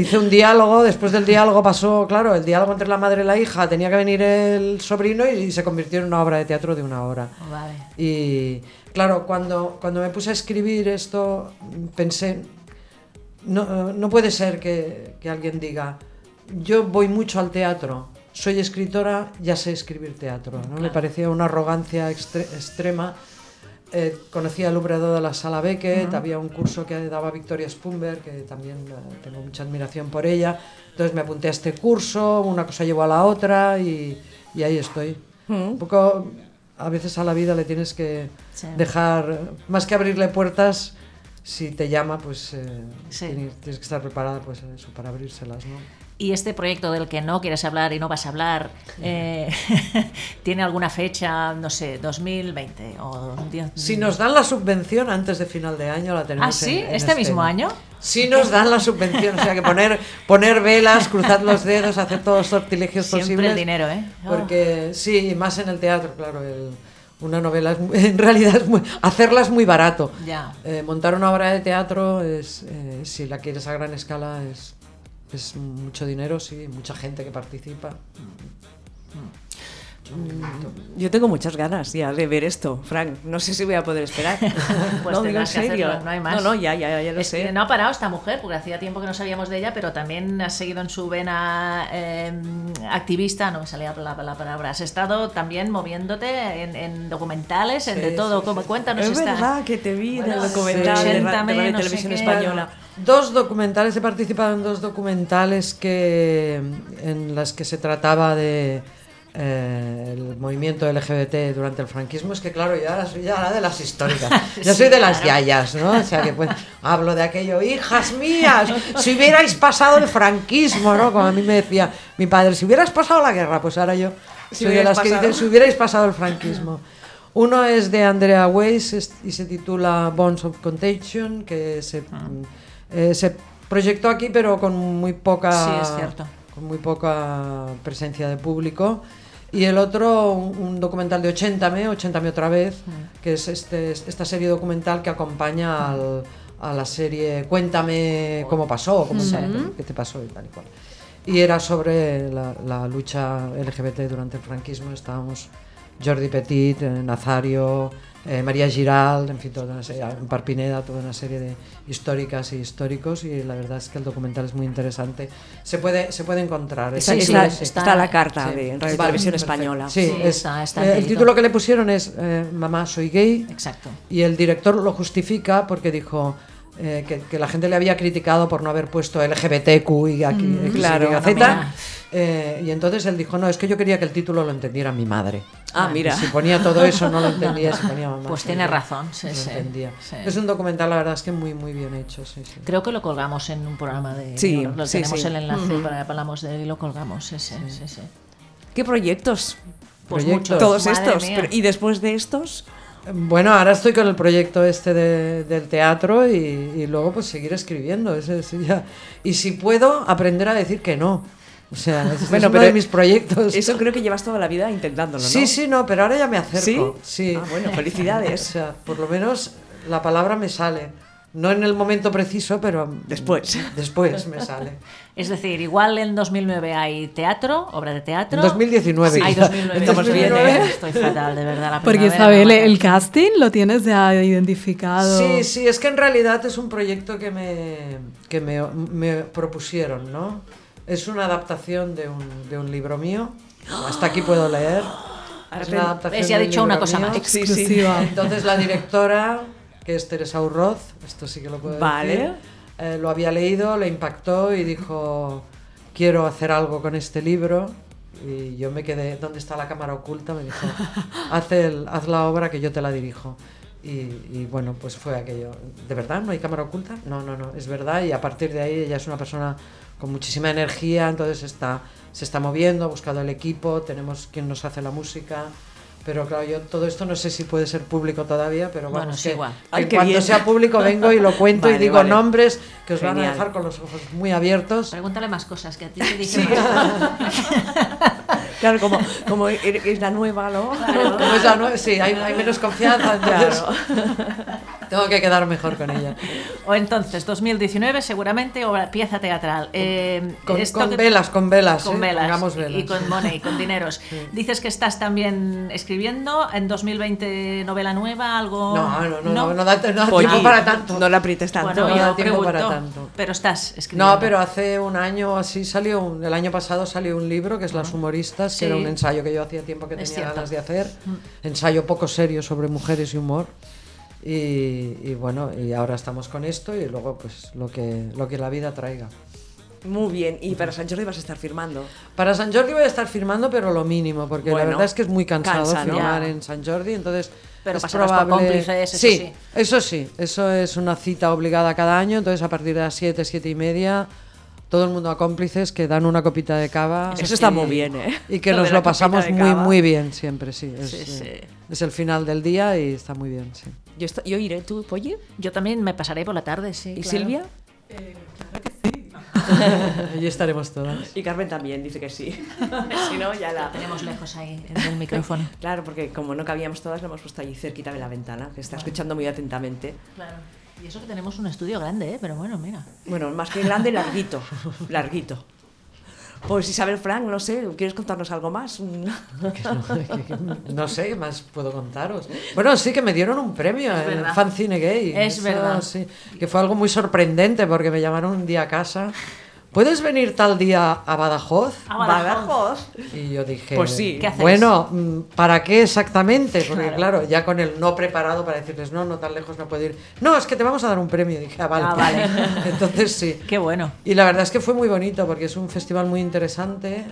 [SPEAKER 3] hice un diálogo, después del diálogo pasó, claro, el diálogo entre la madre y la hija, tenía que venir el sobrino y, y se convirtió en una obra de teatro de una hora.
[SPEAKER 2] Vale.
[SPEAKER 3] Y claro, cuando, cuando me puse a escribir esto, pensé, no, no puede ser que, que alguien diga, yo voy mucho al teatro, soy escritora, ya sé escribir teatro. ¿no? Me parecía una arrogancia extre- extrema. Eh, conocía el obrador de la Sala Beckett, había un curso que daba Victoria Spumber, que también eh, tengo mucha admiración por ella. Entonces me apunté a este curso, una cosa llevó a la otra y, y ahí estoy. Un poco, a veces a la vida le tienes que
[SPEAKER 2] Sí.
[SPEAKER 3] dejar, eh, más que abrirle puertas, si te llama, pues eh,
[SPEAKER 2] Sí.
[SPEAKER 3] tienes, tienes que estar preparada pues, eso, para abrírselas, ¿no?
[SPEAKER 2] Y este proyecto del que no quieres hablar y no vas a hablar, eh, ¿tiene alguna fecha, no sé, 2020 o 10?
[SPEAKER 3] Si nos dan la subvención antes de final de año la tenemos.
[SPEAKER 2] ¿Ah, sí?
[SPEAKER 3] en- en
[SPEAKER 2] ¿Este mismo
[SPEAKER 3] escena.
[SPEAKER 2] año?
[SPEAKER 3] Si nos dan la subvención, o sea que poner, poner velas, cruzar los dedos, hacer todos los sortilegios
[SPEAKER 2] Siempre
[SPEAKER 3] posibles.
[SPEAKER 2] el dinero, ¿eh? Oh.
[SPEAKER 3] Porque sí, más en el teatro, claro. el- una novela es muy- en realidad es muy- hacerla es muy barato.
[SPEAKER 2] Oh, Ya.
[SPEAKER 3] Eh, montar una obra de teatro es, eh, si la quieres a gran escala es, es mucho dinero, sí, mucha gente que participa.
[SPEAKER 1] Yo tengo muchas ganas ya de ver esto, Frank. No sé si voy a poder esperar.
[SPEAKER 2] Pues
[SPEAKER 1] no, digo en
[SPEAKER 2] tendrás que
[SPEAKER 1] serio.
[SPEAKER 2] hacerlo, no hay más.
[SPEAKER 1] No, no, ya, ya, ya lo
[SPEAKER 2] Es
[SPEAKER 1] sé.
[SPEAKER 2] que no ha parado esta mujer, porque hacía tiempo que no sabíamos de ella, pero también has seguido en su vena eh, activista, no me salía la, la palabra. Has estado también moviéndote en, en documentales, en
[SPEAKER 3] Sí,
[SPEAKER 2] de todo.
[SPEAKER 3] sí,
[SPEAKER 2] como
[SPEAKER 3] sí.
[SPEAKER 2] Cuéntanos
[SPEAKER 1] Es
[SPEAKER 2] esta.
[SPEAKER 1] verdad que te vi en
[SPEAKER 2] Bueno,
[SPEAKER 1] el documental de, ra- de
[SPEAKER 2] 80,
[SPEAKER 1] Radio
[SPEAKER 2] no sé
[SPEAKER 1] Televisión
[SPEAKER 2] qué.
[SPEAKER 1] Española.
[SPEAKER 3] Dos documentales, he participado en dos documentales que, en las que se trataba de eh, el movimiento LGBT durante el franquismo. Es que claro, yo ahora soy ya la de las históricas. Yo soy de las yayas, ¿no? O sea que pues hablo de aquello, hijas mías, si hubierais pasado el franquismo, ¿no? Como a mí me decía mi padre, si hubieras pasado la guerra, pues ahora yo
[SPEAKER 1] Si
[SPEAKER 3] soy de
[SPEAKER 1] hubierais
[SPEAKER 3] las que
[SPEAKER 1] pasado.
[SPEAKER 3] dicen, si hubierais pasado el franquismo. Uno es de Andrea Weiss es- y se titula Bonds of Contagion, que se,
[SPEAKER 2] Ah.
[SPEAKER 3] eh, se proyectó aquí pero con muy poca
[SPEAKER 2] Sí, es cierto.
[SPEAKER 3] con muy poca presencia de público. Y el otro, un, un documental de 80me, 80me otra vez,
[SPEAKER 2] Mm.
[SPEAKER 3] que es este, esta serie documental que acompaña al- a la serie Cuéntame cómo pasó, cómo te- qué te pasó y tal y cual. Y era sobre la, la lucha LGBT durante el franquismo. Estábamos Jordi Petit, eh, Nazario, eh, María Giral, en fin, toda una serie, Ampar Pineda, toda una serie de históricas y históricos. Y la verdad es que el documental es muy interesante. Se puede, se puede encontrar.
[SPEAKER 1] Está,
[SPEAKER 3] Sí,
[SPEAKER 1] está-
[SPEAKER 3] sí, sí.
[SPEAKER 1] está la carta
[SPEAKER 3] Sí.
[SPEAKER 1] de Radio
[SPEAKER 3] Vale,
[SPEAKER 1] Televisión
[SPEAKER 3] perfecto.
[SPEAKER 1] Española.
[SPEAKER 3] Sí,
[SPEAKER 2] Sí,
[SPEAKER 3] es-
[SPEAKER 2] está- está
[SPEAKER 3] eh, el
[SPEAKER 2] enterito.
[SPEAKER 3] título que le pusieron es eh, Mamá, soy gay.
[SPEAKER 2] Exacto.
[SPEAKER 3] Y el director lo justifica porque dijo eh, que, que la gente le había criticado por no haber puesto LGBTQ y aquí, X,
[SPEAKER 1] claro,
[SPEAKER 3] Y,
[SPEAKER 1] no,
[SPEAKER 3] Z.
[SPEAKER 2] mira.
[SPEAKER 3] Eh, y entonces él dijo, no, es que yo quería que el título lo entendiera mi madre.
[SPEAKER 1] Ah,
[SPEAKER 3] Y
[SPEAKER 1] mira.
[SPEAKER 3] Si ponía todo eso no lo entendía, si ponía mamá.
[SPEAKER 2] Pues
[SPEAKER 3] soy
[SPEAKER 2] tiene
[SPEAKER 3] gay,
[SPEAKER 2] razón, sí,
[SPEAKER 3] no lo
[SPEAKER 2] sí,
[SPEAKER 3] entendía.
[SPEAKER 2] sí.
[SPEAKER 3] Es un documental, la verdad es que muy, muy bien hecho. Sí, sí.
[SPEAKER 2] Creo que lo colgamos en un programa de...
[SPEAKER 1] Sí,
[SPEAKER 2] lo
[SPEAKER 1] sí,
[SPEAKER 2] tenemos
[SPEAKER 1] sí.
[SPEAKER 2] el enlace para hablamos de él y lo colgamos. Sí, sí, sí, sí.
[SPEAKER 1] ¿Qué proyectos?
[SPEAKER 2] Pues
[SPEAKER 3] Proyectos.
[SPEAKER 2] muchos.
[SPEAKER 1] Todos
[SPEAKER 2] Madre
[SPEAKER 1] estos.
[SPEAKER 2] mía.
[SPEAKER 1] Pero- ¿Y después de estos?
[SPEAKER 3] Bueno, ahora estoy con el proyecto este de- del teatro y, y luego pues seguir escribiendo. ese es ya. Y si puedo, aprender a decir que no. O sea, ese es
[SPEAKER 1] Bueno,
[SPEAKER 3] uno
[SPEAKER 1] pero
[SPEAKER 3] de mis proyectos.
[SPEAKER 1] Eso creo que llevas toda la vida intentándolo, ¿no?
[SPEAKER 3] Pues Sí, sí, no, pero ahora ya me acerco.
[SPEAKER 1] ¿Sí?
[SPEAKER 3] Sí.
[SPEAKER 1] Ah, bueno,
[SPEAKER 3] O
[SPEAKER 1] felicidades.
[SPEAKER 3] sea, por lo menos la palabra me sale. No en el momento preciso, pero mm,
[SPEAKER 1] Después.
[SPEAKER 3] Después me sale.
[SPEAKER 2] Es decir, igual en 2009 hay teatro, obra de teatro.
[SPEAKER 3] En 2019.
[SPEAKER 2] Hay 2009.
[SPEAKER 3] En
[SPEAKER 1] Estamos bien,
[SPEAKER 3] 2019.
[SPEAKER 1] ¿eh?
[SPEAKER 2] Estoy fatal, de verdad. La
[SPEAKER 4] Porque
[SPEAKER 2] primavera
[SPEAKER 4] Isabel,
[SPEAKER 2] me mata.
[SPEAKER 4] el casting lo tienes ya identificado.
[SPEAKER 3] Sí, sí, es que en realidad es un proyecto que me, que me, me propusieron, ¿no? Es una adaptación de un, de un libro mío. Hasta aquí puedo leer.
[SPEAKER 1] Ahora
[SPEAKER 3] Es
[SPEAKER 1] te-
[SPEAKER 3] una adaptación
[SPEAKER 2] ves, ya ha
[SPEAKER 3] de un
[SPEAKER 2] dicho una
[SPEAKER 3] libro
[SPEAKER 2] cosa
[SPEAKER 3] mío.
[SPEAKER 2] más.
[SPEAKER 1] Sí, sí.
[SPEAKER 4] Exclusiva.
[SPEAKER 3] Entonces la directora, que es Teresa Urroz, esto sí que lo puedo
[SPEAKER 1] Vale.
[SPEAKER 3] decir, eh, lo había leído, le impactó y dijo, quiero hacer algo con este libro. Y yo me quedé, ¿dónde está la cámara oculta? Me dijo, haz, el- haz la obra que yo te la dirijo. Y, y bueno, pues fue aquello. ¿De verdad no hay cámara oculta? No, no, no, es verdad. Y a partir de ahí ella es una persona con muchísima energía, entonces está, se está moviendo, ha buscado el equipo, tenemos quien nos hace la música. Pero claro, yo todo esto no sé si puede ser público todavía, pero
[SPEAKER 2] Bueno,
[SPEAKER 3] vamos,
[SPEAKER 2] es
[SPEAKER 3] que,
[SPEAKER 2] igual.
[SPEAKER 3] que
[SPEAKER 1] Ay,
[SPEAKER 3] en
[SPEAKER 1] qué
[SPEAKER 3] cuanto
[SPEAKER 1] bien.
[SPEAKER 3] sea público vengo y lo cuento
[SPEAKER 1] Vale,
[SPEAKER 3] y digo
[SPEAKER 1] vale.
[SPEAKER 3] nombres que os van a
[SPEAKER 1] Genial.
[SPEAKER 3] dejar con los ojos muy abiertos.
[SPEAKER 2] Pregúntale más cosas que a ti te dije. más.
[SPEAKER 1] Claro, como, como er- es la nueva, ¿no?
[SPEAKER 3] Como es la nue- pues sí, hay, hay menos confianza, entonces tengo que quedar mejor con ella.
[SPEAKER 2] o entonces, 2019 seguramente, obra, pieza teatral. Eh,
[SPEAKER 3] Con,
[SPEAKER 2] esto
[SPEAKER 3] con
[SPEAKER 2] que-
[SPEAKER 3] velas, con velas.
[SPEAKER 2] Con
[SPEAKER 3] eh,
[SPEAKER 2] velas,
[SPEAKER 3] pongamos
[SPEAKER 2] y-
[SPEAKER 3] velas.
[SPEAKER 2] y con money, con dineros. Dices que estás también escribiendo. En 2020 novela nueva, algo.
[SPEAKER 3] No, no, no, no, no da, no da tiempo
[SPEAKER 1] Polly,
[SPEAKER 3] para tanto.
[SPEAKER 1] No la aprietes tanto.
[SPEAKER 3] no
[SPEAKER 2] Bueno,
[SPEAKER 3] da
[SPEAKER 2] yo
[SPEAKER 3] tiempo
[SPEAKER 2] pregunto,
[SPEAKER 3] para tanto.
[SPEAKER 2] pero estás escribiendo.
[SPEAKER 3] No, pero hace un año o así salió, un- el año pasado salió un libro que es Las
[SPEAKER 2] Ah.
[SPEAKER 3] humoristas,
[SPEAKER 2] Sí.
[SPEAKER 3] que era un ensayo que yo hacía tiempo que
[SPEAKER 2] Es
[SPEAKER 3] tenía
[SPEAKER 2] cierto. Mm.
[SPEAKER 3] ganas de hacer, ensayo poco serio sobre mujeres y humor. Y, y bueno, y ahora estamos con esto y luego pues lo que, lo que la vida traiga.
[SPEAKER 1] Muy bien. Y para San Jordi vas a estar firmando.
[SPEAKER 3] Para San Jordi voy a estar firmando, pero lo mínimo, porque la
[SPEAKER 1] Bueno,
[SPEAKER 3] verdad es que es muy cansado
[SPEAKER 1] cansa, ¿no?
[SPEAKER 3] firmar
[SPEAKER 2] Ya.
[SPEAKER 3] en San Jordi, entonces
[SPEAKER 2] Pero
[SPEAKER 3] es
[SPEAKER 2] pasarás por
[SPEAKER 3] probable-
[SPEAKER 2] cómplices, eso
[SPEAKER 3] sí,
[SPEAKER 2] sí.
[SPEAKER 3] eso sí, eso es una cita obligada cada año, entonces a partir de las 7, 7 y media todo el mundo a cómplices que dan una copita de cava.
[SPEAKER 1] Eso está
[SPEAKER 3] y-
[SPEAKER 1] muy bien, ¿eh?
[SPEAKER 3] Y que
[SPEAKER 1] Lo
[SPEAKER 3] nos
[SPEAKER 1] de la
[SPEAKER 3] lo pasamos
[SPEAKER 1] copita de
[SPEAKER 3] muy,
[SPEAKER 1] cava.
[SPEAKER 3] muy bien siempre, sí. Es,
[SPEAKER 2] Sí, sí.
[SPEAKER 3] eh, es el final del día y está muy bien, sí.
[SPEAKER 1] Yo, esto- yo iré, tú, Polly.
[SPEAKER 2] Yo también me pasaré por la tarde, sí.
[SPEAKER 1] ¿Y
[SPEAKER 2] claro.
[SPEAKER 1] Silvia?
[SPEAKER 3] Allí estaremos todas.
[SPEAKER 1] Y Carmen también dice que sí. si no, ya la.
[SPEAKER 2] La tenemos lejos ahí, en el micrófono.
[SPEAKER 1] Claro, porque como no cabíamos todas, lo hemos puesto allí cerquita de la ventana, que está escuchando muy atentamente.
[SPEAKER 2] Claro. Y eso que tenemos un estudio grande, ¿eh? pero bueno, mira.
[SPEAKER 1] Bueno, más que grande, larguito. Larguito. Pues Isabel Frank, no sé, ¿quieres contarnos algo más? Un-
[SPEAKER 3] No sé qué más puedo contaros. Bueno, sí que me dieron un premio
[SPEAKER 2] Es
[SPEAKER 3] en
[SPEAKER 2] verdad.
[SPEAKER 3] Fancine Gay.
[SPEAKER 2] Es verdad.
[SPEAKER 3] sí, que fue algo muy sorprendente porque me llamaron un día a casa. ¿Puedes venir tal día a Badajoz?
[SPEAKER 2] A Badajoz.
[SPEAKER 3] Y yo dije,
[SPEAKER 1] Pues sí.
[SPEAKER 2] Ah. ¿Qué hacéis?
[SPEAKER 3] bueno, mm, ¿para qué exactamente? Porque claro. ya con el no preparado para decirles, no, no, tan lejos no puedo ir. No, es que te vamos a dar un premio. Dije, ah, vale.
[SPEAKER 2] Ah, vale.
[SPEAKER 3] Entonces sí.
[SPEAKER 2] Qué bueno.
[SPEAKER 3] Y la verdad es que fue muy bonito porque es un festival muy interesante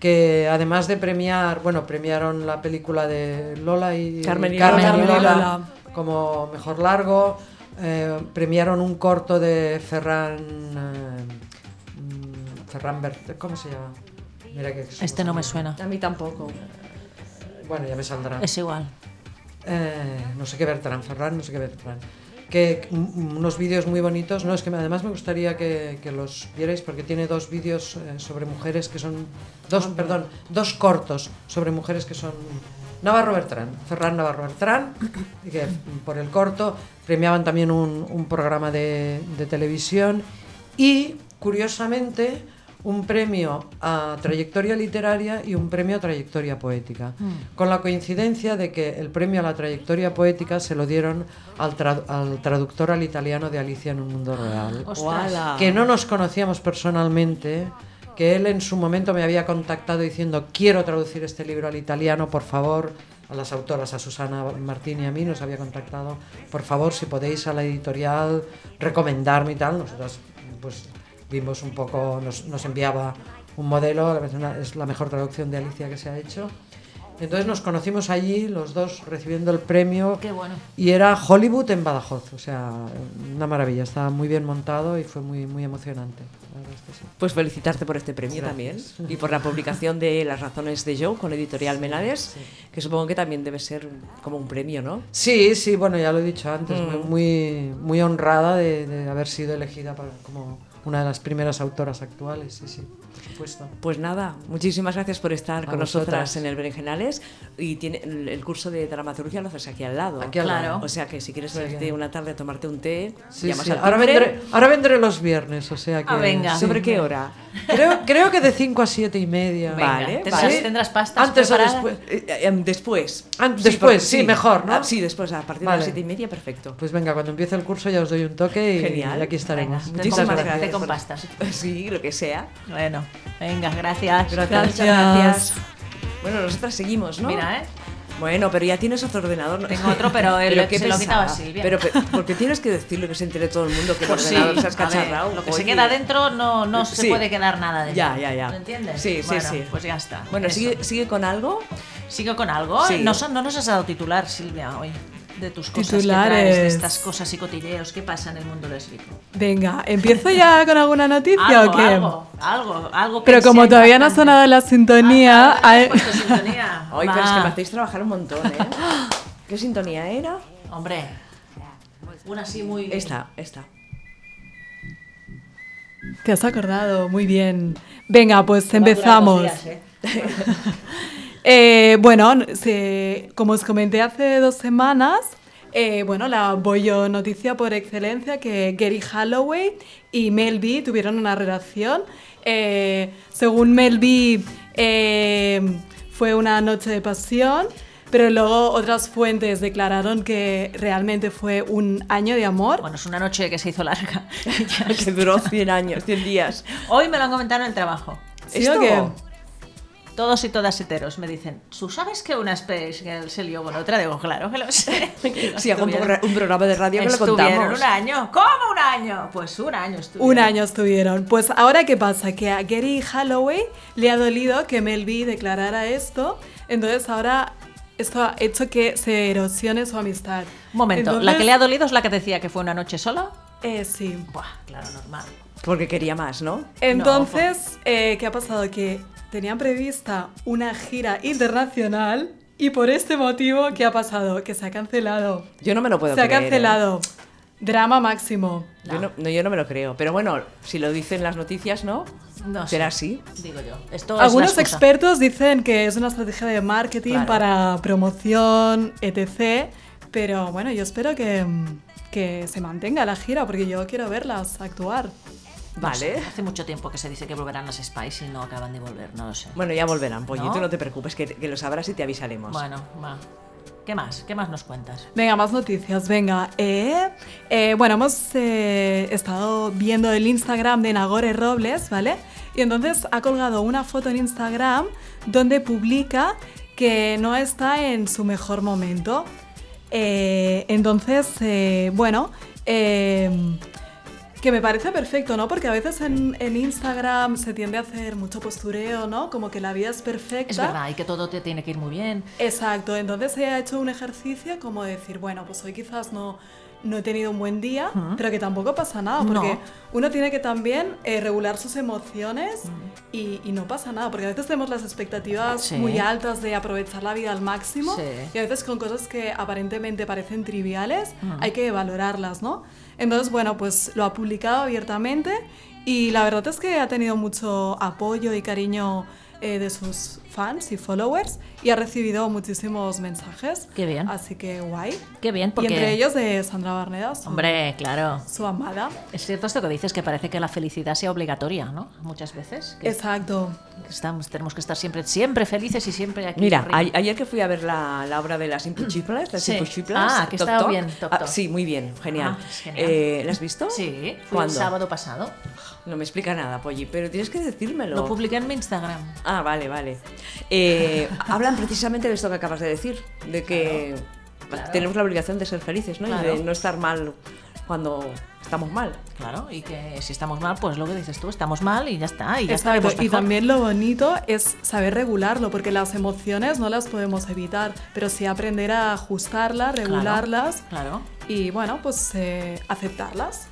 [SPEAKER 3] que además de premiar, bueno, premiaron la película de Lola y
[SPEAKER 1] Carmen y
[SPEAKER 4] Lola. Carmen y Lola.
[SPEAKER 3] como mejor largo, eh, premiaron un corto de Ferran eh, mm, Ferran Bert, ¿cómo se llama? Mira que somos
[SPEAKER 2] Este no me
[SPEAKER 3] amigos.
[SPEAKER 2] suena.
[SPEAKER 1] A mí tampoco.
[SPEAKER 3] Bueno, ya me saldrá.
[SPEAKER 2] Es igual.
[SPEAKER 3] Eh, no sé qué Bertrand, Ferran, no sé qué Bertrand. Que mm, unos vídeos muy bonitos, no, es que me- además me gustaría que, que los vierais porque tiene dos vídeos eh, sobre mujeres que son, dos, perdón, dos cortos sobre mujeres que son Navarro Bertrand, Ferran Navarro Bertrand, y que mm, por el corto premiaban también un, un programa de, de televisión y, curiosamente, un premio a trayectoria literaria y un premio a trayectoria poética, con la coincidencia de que el premio a la trayectoria poética se lo dieron al, tra- al traductor al italiano de Alicia en un mundo real,
[SPEAKER 1] ¡Ostras!
[SPEAKER 3] que no nos conocíamos personalmente, que él en su momento me había contactado diciendo quiero traducir este libro al italiano, por favor, a las autoras, a Susana Martín y a mí nos había contactado, por favor, si podéis a la editorial recomendarme y tal, nosotras pues vimos un poco, nos, nos enviaba un modelo, la verdad es una- es la mejor traducción de Alicia que se ha hecho. Entonces nos conocimos allí, los dos recibiendo el premio.
[SPEAKER 2] Qué bueno.
[SPEAKER 3] Y era Hollywood en Badajoz, o sea, una maravilla, estaba muy bien montado y fue muy, muy emocionante. la verdad es que sí.
[SPEAKER 1] Pues felicitarte por este premio
[SPEAKER 3] Gracias.
[SPEAKER 1] también y por la publicación de Las razones de Joe con Editorial Menades, que supongo que también debe ser como un premio, ¿no?
[SPEAKER 3] Sí, sí, bueno, ya lo he dicho antes,
[SPEAKER 1] Mm.
[SPEAKER 3] muy- muy, muy honrada de, de haber sido elegida para- como una de las primeras autoras actuales, sí, sí, por supuesto.
[SPEAKER 1] Pues nada, muchísimas gracias por estar
[SPEAKER 3] A
[SPEAKER 1] con nosotras
[SPEAKER 3] vosotras.
[SPEAKER 1] en el Berenjenales y tiene, el el curso de dramaturgia lo haces aquí al lado.
[SPEAKER 3] Aquí al Claro. lado.
[SPEAKER 1] O sea que si quieres
[SPEAKER 3] Sí,
[SPEAKER 1] irte
[SPEAKER 3] que-
[SPEAKER 1] una tarde a tomarte un té,
[SPEAKER 3] Sí,
[SPEAKER 1] llamas
[SPEAKER 3] sí,
[SPEAKER 1] al
[SPEAKER 3] Ahora,
[SPEAKER 1] timbre.
[SPEAKER 3] vendré, ahora vendré los viernes, o sea que...
[SPEAKER 2] Ah, venga.
[SPEAKER 3] sí.
[SPEAKER 1] ¿Sobre qué hora?
[SPEAKER 3] Creo, creo que de 5 a 7 y media.
[SPEAKER 1] Venga, Vale,
[SPEAKER 2] ¿Tendrás,
[SPEAKER 1] vale.
[SPEAKER 2] tendrás pastas
[SPEAKER 3] Antes o
[SPEAKER 2] preparadas?
[SPEAKER 3] después.
[SPEAKER 1] Eh, eh, Después.
[SPEAKER 3] Ah,
[SPEAKER 1] Sí,
[SPEAKER 3] después,
[SPEAKER 1] porque-
[SPEAKER 3] sí, mejor, ¿no?
[SPEAKER 1] Ah, sí, después, a partir de
[SPEAKER 3] Vale.
[SPEAKER 1] las siete y media, perfecto.
[SPEAKER 3] Pues venga, cuando empiece el curso ya os doy un toque y,
[SPEAKER 1] Genial.
[SPEAKER 3] y aquí estaremos.
[SPEAKER 2] Venga, te
[SPEAKER 1] Muchísimas
[SPEAKER 2] compras-
[SPEAKER 1] gracias.
[SPEAKER 2] Te con pastas.
[SPEAKER 1] Sí, lo que sea.
[SPEAKER 2] Bueno, venga, gracias.
[SPEAKER 1] Gracias.
[SPEAKER 2] Muchas gracias.
[SPEAKER 1] Bueno, nosotras seguimos, ¿no?
[SPEAKER 2] Mira, ¿eh?
[SPEAKER 1] Bueno, pero ya tienes otro ordenador. ¿no?
[SPEAKER 2] Tengo otro, pero el-
[SPEAKER 1] qué
[SPEAKER 2] se lo
[SPEAKER 1] pesada.
[SPEAKER 2] quitaba Silvia.
[SPEAKER 1] Pero, pe- porque tienes que decirlo que se entere todo el mundo que el
[SPEAKER 2] Pues sí,
[SPEAKER 1] ordenador se has
[SPEAKER 2] a ver,
[SPEAKER 1] cacharrado.
[SPEAKER 2] lo que
[SPEAKER 1] Oye. Eh,
[SPEAKER 2] se queda dentro no, no se
[SPEAKER 1] Sí.
[SPEAKER 2] puede quedar nada dentro.
[SPEAKER 1] Ya, ya, ya.
[SPEAKER 2] ¿Me entiendes?
[SPEAKER 1] Sí, sí,
[SPEAKER 2] Bueno,
[SPEAKER 1] sí.
[SPEAKER 2] Pues ya está.
[SPEAKER 1] Bueno,
[SPEAKER 2] Eso.
[SPEAKER 1] sigue, sigue con algo.
[SPEAKER 2] Sigo con algo.
[SPEAKER 1] Sí.
[SPEAKER 2] No, son- no nos has dado titular, Silvia, hoy. De tus cosas que
[SPEAKER 4] Titulares.
[SPEAKER 2] traes, de estas cosas y cotilleos que pasa en el mundo del escrito.
[SPEAKER 4] Venga, ¿empiezo ya con alguna noticia o
[SPEAKER 2] Algo,
[SPEAKER 4] qué?
[SPEAKER 2] algo, algo, algo
[SPEAKER 4] Pero
[SPEAKER 2] pensé
[SPEAKER 4] como todavía no ha
[SPEAKER 2] bastante.
[SPEAKER 4] sonado la sintonía,
[SPEAKER 2] Ah, claro,
[SPEAKER 4] hay-
[SPEAKER 2] no has puesto sintonía.
[SPEAKER 1] Hoy, pero es que
[SPEAKER 2] Va.
[SPEAKER 1] me hacéis trabajar un montón, ¿eh? ¿Qué sintonía era?
[SPEAKER 2] Hombre, una así muy...
[SPEAKER 1] Esta, esta.
[SPEAKER 4] te has acordado, muy bien. Venga, pues
[SPEAKER 2] Va a durar
[SPEAKER 4] empezamos.
[SPEAKER 2] dos días, ¿eh?
[SPEAKER 4] Eh, bueno, se- como os comenté hace dos semanas, eh, bueno, la bollo noticia por excelencia que Gary Holloway y Mel B tuvieron una relación. Eh, según Mel B, eh, fue una noche de pasión, pero luego otras fuentes declararon que realmente fue un año de amor.
[SPEAKER 2] Bueno, es una noche que se hizo larga. Ya
[SPEAKER 1] que duró 100 años, 100 días.
[SPEAKER 2] Hoy me lo han comentado en el trabajo.
[SPEAKER 4] ¿Sí o
[SPEAKER 1] ¿Esto?
[SPEAKER 4] qué?
[SPEAKER 2] Todos y todas heteros me dicen, ¿tú sabes que una Space Girl se lió con otra? Digo, claro que lo sé.
[SPEAKER 1] Sí, hago un,
[SPEAKER 2] Estuvieron-
[SPEAKER 1] progr- un programa de radio que lo
[SPEAKER 2] Estuvieron
[SPEAKER 1] contamos.
[SPEAKER 2] un año. ¿Cómo un año? Pues un año estuvieron.
[SPEAKER 4] Un año estuvieron. Pues ahora qué pasa, que a Gary Holloway le ha dolido que Mel B declarara esto, entonces ahora esto ha hecho que se erosione su amistad.
[SPEAKER 2] Un momento, ¿la
[SPEAKER 4] Entonces-
[SPEAKER 2] que le ha dolido es la que decía que fue una noche sola?
[SPEAKER 4] Eh, sí.
[SPEAKER 2] Buah, claro, normal.
[SPEAKER 1] Porque quería más, ¿no?
[SPEAKER 4] Entonces, eh, ¿qué ha pasado? Que tenían prevista una gira internacional y por este motivo, ¿qué ha pasado? Que se ha cancelado.
[SPEAKER 1] Yo no me lo puedo
[SPEAKER 4] se ha
[SPEAKER 1] creer. ¿eh?
[SPEAKER 4] cancelado. Drama máximo.
[SPEAKER 1] Yo no, no, yo no me lo creo. Pero bueno, si lo dicen las noticias, ¿no?
[SPEAKER 2] No sé.
[SPEAKER 1] ¿Será así?
[SPEAKER 2] Digo yo. Esto es
[SPEAKER 4] Algunos
[SPEAKER 2] una excusa.
[SPEAKER 4] expertos dicen que es una estrategia de marketing
[SPEAKER 1] Claro.
[SPEAKER 4] para promoción, etc. Pero bueno, yo espero que, mm, que se mantenga la gira porque yo quiero verlas actuar.
[SPEAKER 1] Vale.
[SPEAKER 2] Hace mucho tiempo que se dice que volverán las Spice y no acaban de volver, no lo sé.
[SPEAKER 1] Bueno, ya volverán, Polly.
[SPEAKER 2] ¿No?
[SPEAKER 1] Tú no te preocupes, que, que lo sabrás y te avisaremos.
[SPEAKER 2] Bueno, va. ¿Qué más? ¿Qué más nos cuentas?
[SPEAKER 4] Venga, más noticias, venga. Eh, eh, bueno, hemos eh, estado viendo el Instagram de Nagore Robles, ¿vale? Y entonces ha colgado una foto en Instagram donde publica que no está en su mejor momento. Eh, entonces, eh, bueno, eh, que me parece perfecto, ¿no? Porque a veces en, en Instagram se tiende a hacer mucho postureo, ¿no? Como que la vida es perfecta.
[SPEAKER 2] Es verdad, y que todo te tiene que ir muy bien.
[SPEAKER 4] Exacto, entonces he hecho un ejercicio como de decir, bueno, pues hoy quizás no, no he tenido un buen día, pero que tampoco pasa nada, porque
[SPEAKER 2] No.
[SPEAKER 4] uno tiene que también eh, regular sus
[SPEAKER 2] Mm.
[SPEAKER 4] emociones y, y no pasa nada, porque a veces tenemos las expectativas
[SPEAKER 2] Sí.
[SPEAKER 4] muy altas de aprovechar la vida al máximo
[SPEAKER 2] Sí.
[SPEAKER 4] y a veces con cosas que aparentemente parecen triviales hay que valorarlas, ¿no? Entonces, bueno, pues lo ha publicado abiertamente y la verdad es que ha tenido mucho apoyo y cariño eh, de sus fans y followers y ha recibido muchísimos mensajes.
[SPEAKER 2] Qué bien.
[SPEAKER 4] Así que guay.
[SPEAKER 2] Qué bien, porque...
[SPEAKER 4] Y entre ellos mm. de Sandra Barneda, su,
[SPEAKER 2] Hombre, claro.
[SPEAKER 4] su amada.
[SPEAKER 2] Es cierto esto que dices, que parece que la felicidad sea obligatoria, ¿no? Muchas veces. Que
[SPEAKER 4] Exacto.
[SPEAKER 2] que estamos, tenemos que estar siempre, siempre felices y siempre aquí.
[SPEAKER 1] Mira,
[SPEAKER 2] arriba.
[SPEAKER 1] a- ayer que fui a ver la, la obra de las Impossibles, las
[SPEAKER 2] Sí.
[SPEAKER 1] Impossibles,
[SPEAKER 2] Ah, que
[SPEAKER 1] Toc
[SPEAKER 2] estaba
[SPEAKER 1] Toc.
[SPEAKER 2] bien, Toc
[SPEAKER 1] Ah,
[SPEAKER 2] Toc.
[SPEAKER 1] sí, muy bien, genial.
[SPEAKER 2] Ah, es genial.
[SPEAKER 1] Eh, ¿La has visto?
[SPEAKER 2] Sí, fue el
[SPEAKER 1] ¿Cuándo?
[SPEAKER 2] sábado pasado.
[SPEAKER 1] No me explica nada, Polly, pero tienes que decírmelo.
[SPEAKER 2] Lo publiqué en mi Instagram.
[SPEAKER 1] Ah, vale, vale. Eh, hablan precisamente de esto que acabas de decir, de que
[SPEAKER 2] claro.
[SPEAKER 1] tenemos la obligación de ser felices, ¿no? Y
[SPEAKER 2] Claro.
[SPEAKER 1] de no estar mal cuando estamos mal.
[SPEAKER 2] Claro, y que si estamos mal, pues lo que dices tú, estamos mal y ya está. Y ya
[SPEAKER 4] Exacto,
[SPEAKER 2] estaremos
[SPEAKER 4] y
[SPEAKER 2] mejor.
[SPEAKER 4] también lo bonito es saber regularlo, porque las emociones no las podemos evitar, pero sí aprender a ajustarlas,
[SPEAKER 2] Claro,
[SPEAKER 4] regularlas
[SPEAKER 2] Claro. Mm.
[SPEAKER 4] y bueno, pues eh, aceptarlas.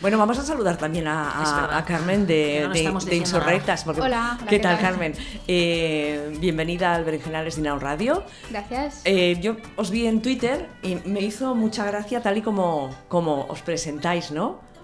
[SPEAKER 1] Bueno, vamos a saludar también a, a-
[SPEAKER 2] Es verdad.
[SPEAKER 1] a Carmen
[SPEAKER 2] Que
[SPEAKER 1] de,
[SPEAKER 2] no nos
[SPEAKER 1] de-
[SPEAKER 2] estamos
[SPEAKER 1] de
[SPEAKER 2] diciendo
[SPEAKER 1] Insurrectas. porque-
[SPEAKER 6] Hola, hola,
[SPEAKER 1] ¿qué
[SPEAKER 6] ¿qué
[SPEAKER 1] tal,
[SPEAKER 6] tal?
[SPEAKER 1] Carmen? Eh, bienvenida al Berenjenales Dinao Radio.
[SPEAKER 6] Gracias.
[SPEAKER 1] Eh, yo os vi en Twitter y me hizo mucha gracia tal y como, como os presentáis, ¿no?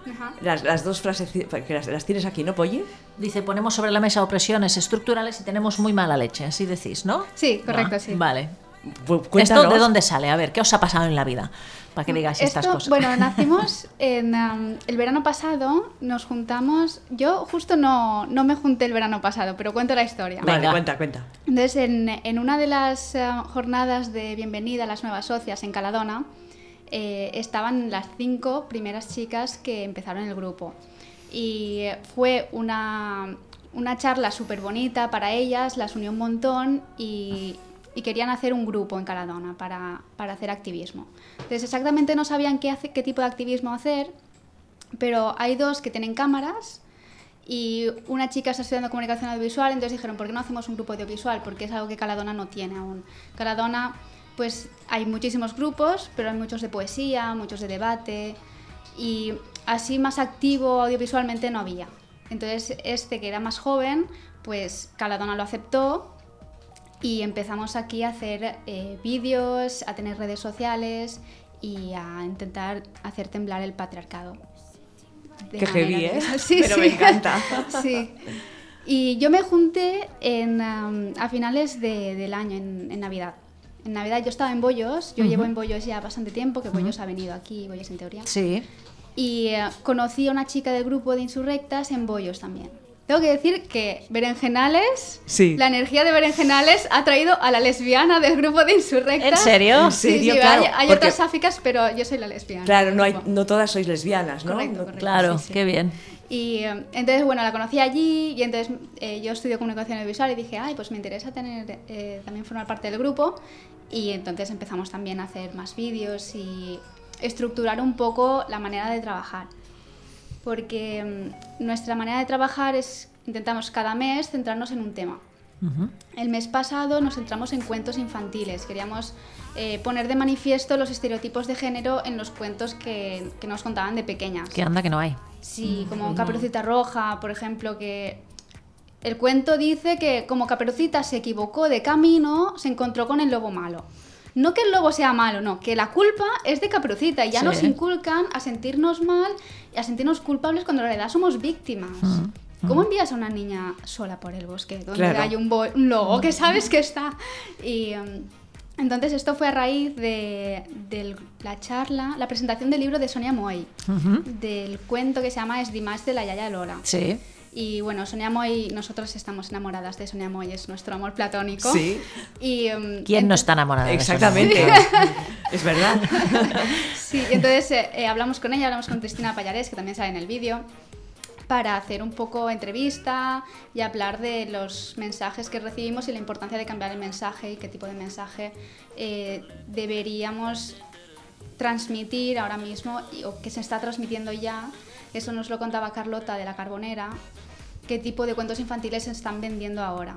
[SPEAKER 6] Ajá.
[SPEAKER 1] Las, las dos frases que las, las tienes aquí, ¿no, Polly?
[SPEAKER 2] Dice, ponemos sobre la mesa opresiones estructurales y tenemos muy mala leche, así decís, ¿no?
[SPEAKER 6] Sí, correcto,
[SPEAKER 2] Ah,
[SPEAKER 6] sí.
[SPEAKER 2] Vale.
[SPEAKER 1] Pu- Pues, cuéntanos.
[SPEAKER 2] ¿Esto de dónde sale? A ver, ¿qué os ha pasado en la vida? Para que digáis estas
[SPEAKER 6] Mm, Esto-
[SPEAKER 2] cosas.
[SPEAKER 6] Bueno, nacimos en am, el verano pasado, nos juntamos. Yo justo no, no me junté el verano pasado, pero cuento la historia.
[SPEAKER 1] Vale,
[SPEAKER 2] Venga.
[SPEAKER 1] cuenta, cuenta.
[SPEAKER 6] Entonces, en, en una de las eh, jornadas de bienvenida a las nuevas socias en Caladona, eh, estaban las cinco primeras chicas que empezaron el grupo. Y eh, fue una, una charla súper bonita para ellas, las unió un montón y, y querían hacer un grupo en Caladona para, para hacer activismo. Entonces, exactamente no sabían qué, hace- qué tipo de activismo hacer, pero hay dos que tienen cámaras y una chica está estudiando comunicación audiovisual, entonces dijeron, ¿por qué no hacemos un grupo audiovisual? Porque es algo que Caladona no tiene aún. Caladona, pues hay muchísimos grupos, pero hay muchos de poesía, muchos de debate, y así más activo audiovisualmente no había. Entonces este que era más joven, pues Caladona lo aceptó y empezamos aquí a hacer eh, vídeos, a tener redes sociales y a intentar hacer temblar el patriarcado. De
[SPEAKER 1] Qué
[SPEAKER 6] manera
[SPEAKER 1] heavy, ¿eh?
[SPEAKER 6] diversa. Sí,
[SPEAKER 1] Pero
[SPEAKER 6] sí.
[SPEAKER 1] me encanta.
[SPEAKER 6] sí. Y yo me junté en, am, a finales de- del año, en, en Navidad. En Navidad yo estaba en Bollos, yo llevo en Bollos ya bastante tiempo, que Bollos ha venido aquí, Bollos en teoría.
[SPEAKER 2] Sí.
[SPEAKER 6] Y eh, conocí a una chica del grupo de Insurrectas en Bollos también. Tengo que decir que Berenjenales,
[SPEAKER 1] Sí.
[SPEAKER 6] la energía de Berenjenales ha traído a la lesbiana del grupo de Insurrectas.
[SPEAKER 2] ¿En serio?
[SPEAKER 1] ¿En
[SPEAKER 6] Sí, sí,
[SPEAKER 1] serio?
[SPEAKER 6] hay-
[SPEAKER 1] Claro,
[SPEAKER 6] hay,
[SPEAKER 1] porque-
[SPEAKER 6] otras sáficas, pero yo soy la lesbiana.
[SPEAKER 1] Claro, no, hay,
[SPEAKER 6] Bueno.
[SPEAKER 1] no todas sois lesbianas, ¿no?
[SPEAKER 6] Correcto,
[SPEAKER 1] No-
[SPEAKER 6] correcto.
[SPEAKER 2] Claro,
[SPEAKER 6] Sí, sí.
[SPEAKER 2] qué bien.
[SPEAKER 6] Y eh, entonces, bueno, la conocí allí y entonces eh, yo estudio comunicación visual y dije, ay, pues me interesa tener, eh, también formar parte del grupo. Y entonces empezamos también a hacer más vídeos y estructurar un poco la manera de trabajar. Porque mm, nuestra manera de trabajar es, intentamos cada mes centrarnos en un tema.
[SPEAKER 2] Ujú.
[SPEAKER 6] El mes pasado nos centramos en cuentos infantiles. Queríamos eh, poner de manifiesto los estereotipos de género en los cuentos que, que nos contaban de pequeñas.
[SPEAKER 2] Que anda que Mm, pues no hay.
[SPEAKER 6] Sí, como Caperucita Roja, por ejemplo, que el cuento dice que como Caperucita se equivocó de camino, se encontró con el lobo malo. No que el lobo sea malo, no, que la culpa es de Caperucita y ya
[SPEAKER 2] Sí.
[SPEAKER 6] nos inculcan a sentirnos mal y a sentirnos culpables cuando en realidad somos víctimas.
[SPEAKER 2] Ah,
[SPEAKER 6] ¿Cómo envías a una niña sola por el bosque donde
[SPEAKER 1] Claro.
[SPEAKER 6] hay un, bo- un lobo que sabes que está? Y em, entonces esto fue a raíz de, del- la charla, la presentación del libro de Sonia Moy, del cuento que se llama Es Dimash de la Yaya Lola.
[SPEAKER 2] Sí.
[SPEAKER 6] Y bueno, Sonia Moy, nosotros estamos enamoradas de Sonia Moy, es nuestro amor platónico.
[SPEAKER 1] Sí.
[SPEAKER 6] Y, em,
[SPEAKER 2] ¿Quién Ah, no está enamorado? de eso?
[SPEAKER 1] Exactamente. es verdad.
[SPEAKER 6] Sí, y entonces eh, eh, hablamos con ella, hablamos con Cristina Payares, que también sale en el vídeo, para hacer un poco entrevista y hablar de los mensajes que recibimos y la importancia de cambiar el mensaje y qué tipo de mensaje eh, deberíamos transmitir ahora mismo y- o que se está transmitiendo ya. Eso nos lo contaba Carlota de la Carbonera, qué tipo de cuentos infantiles se están vendiendo ahora.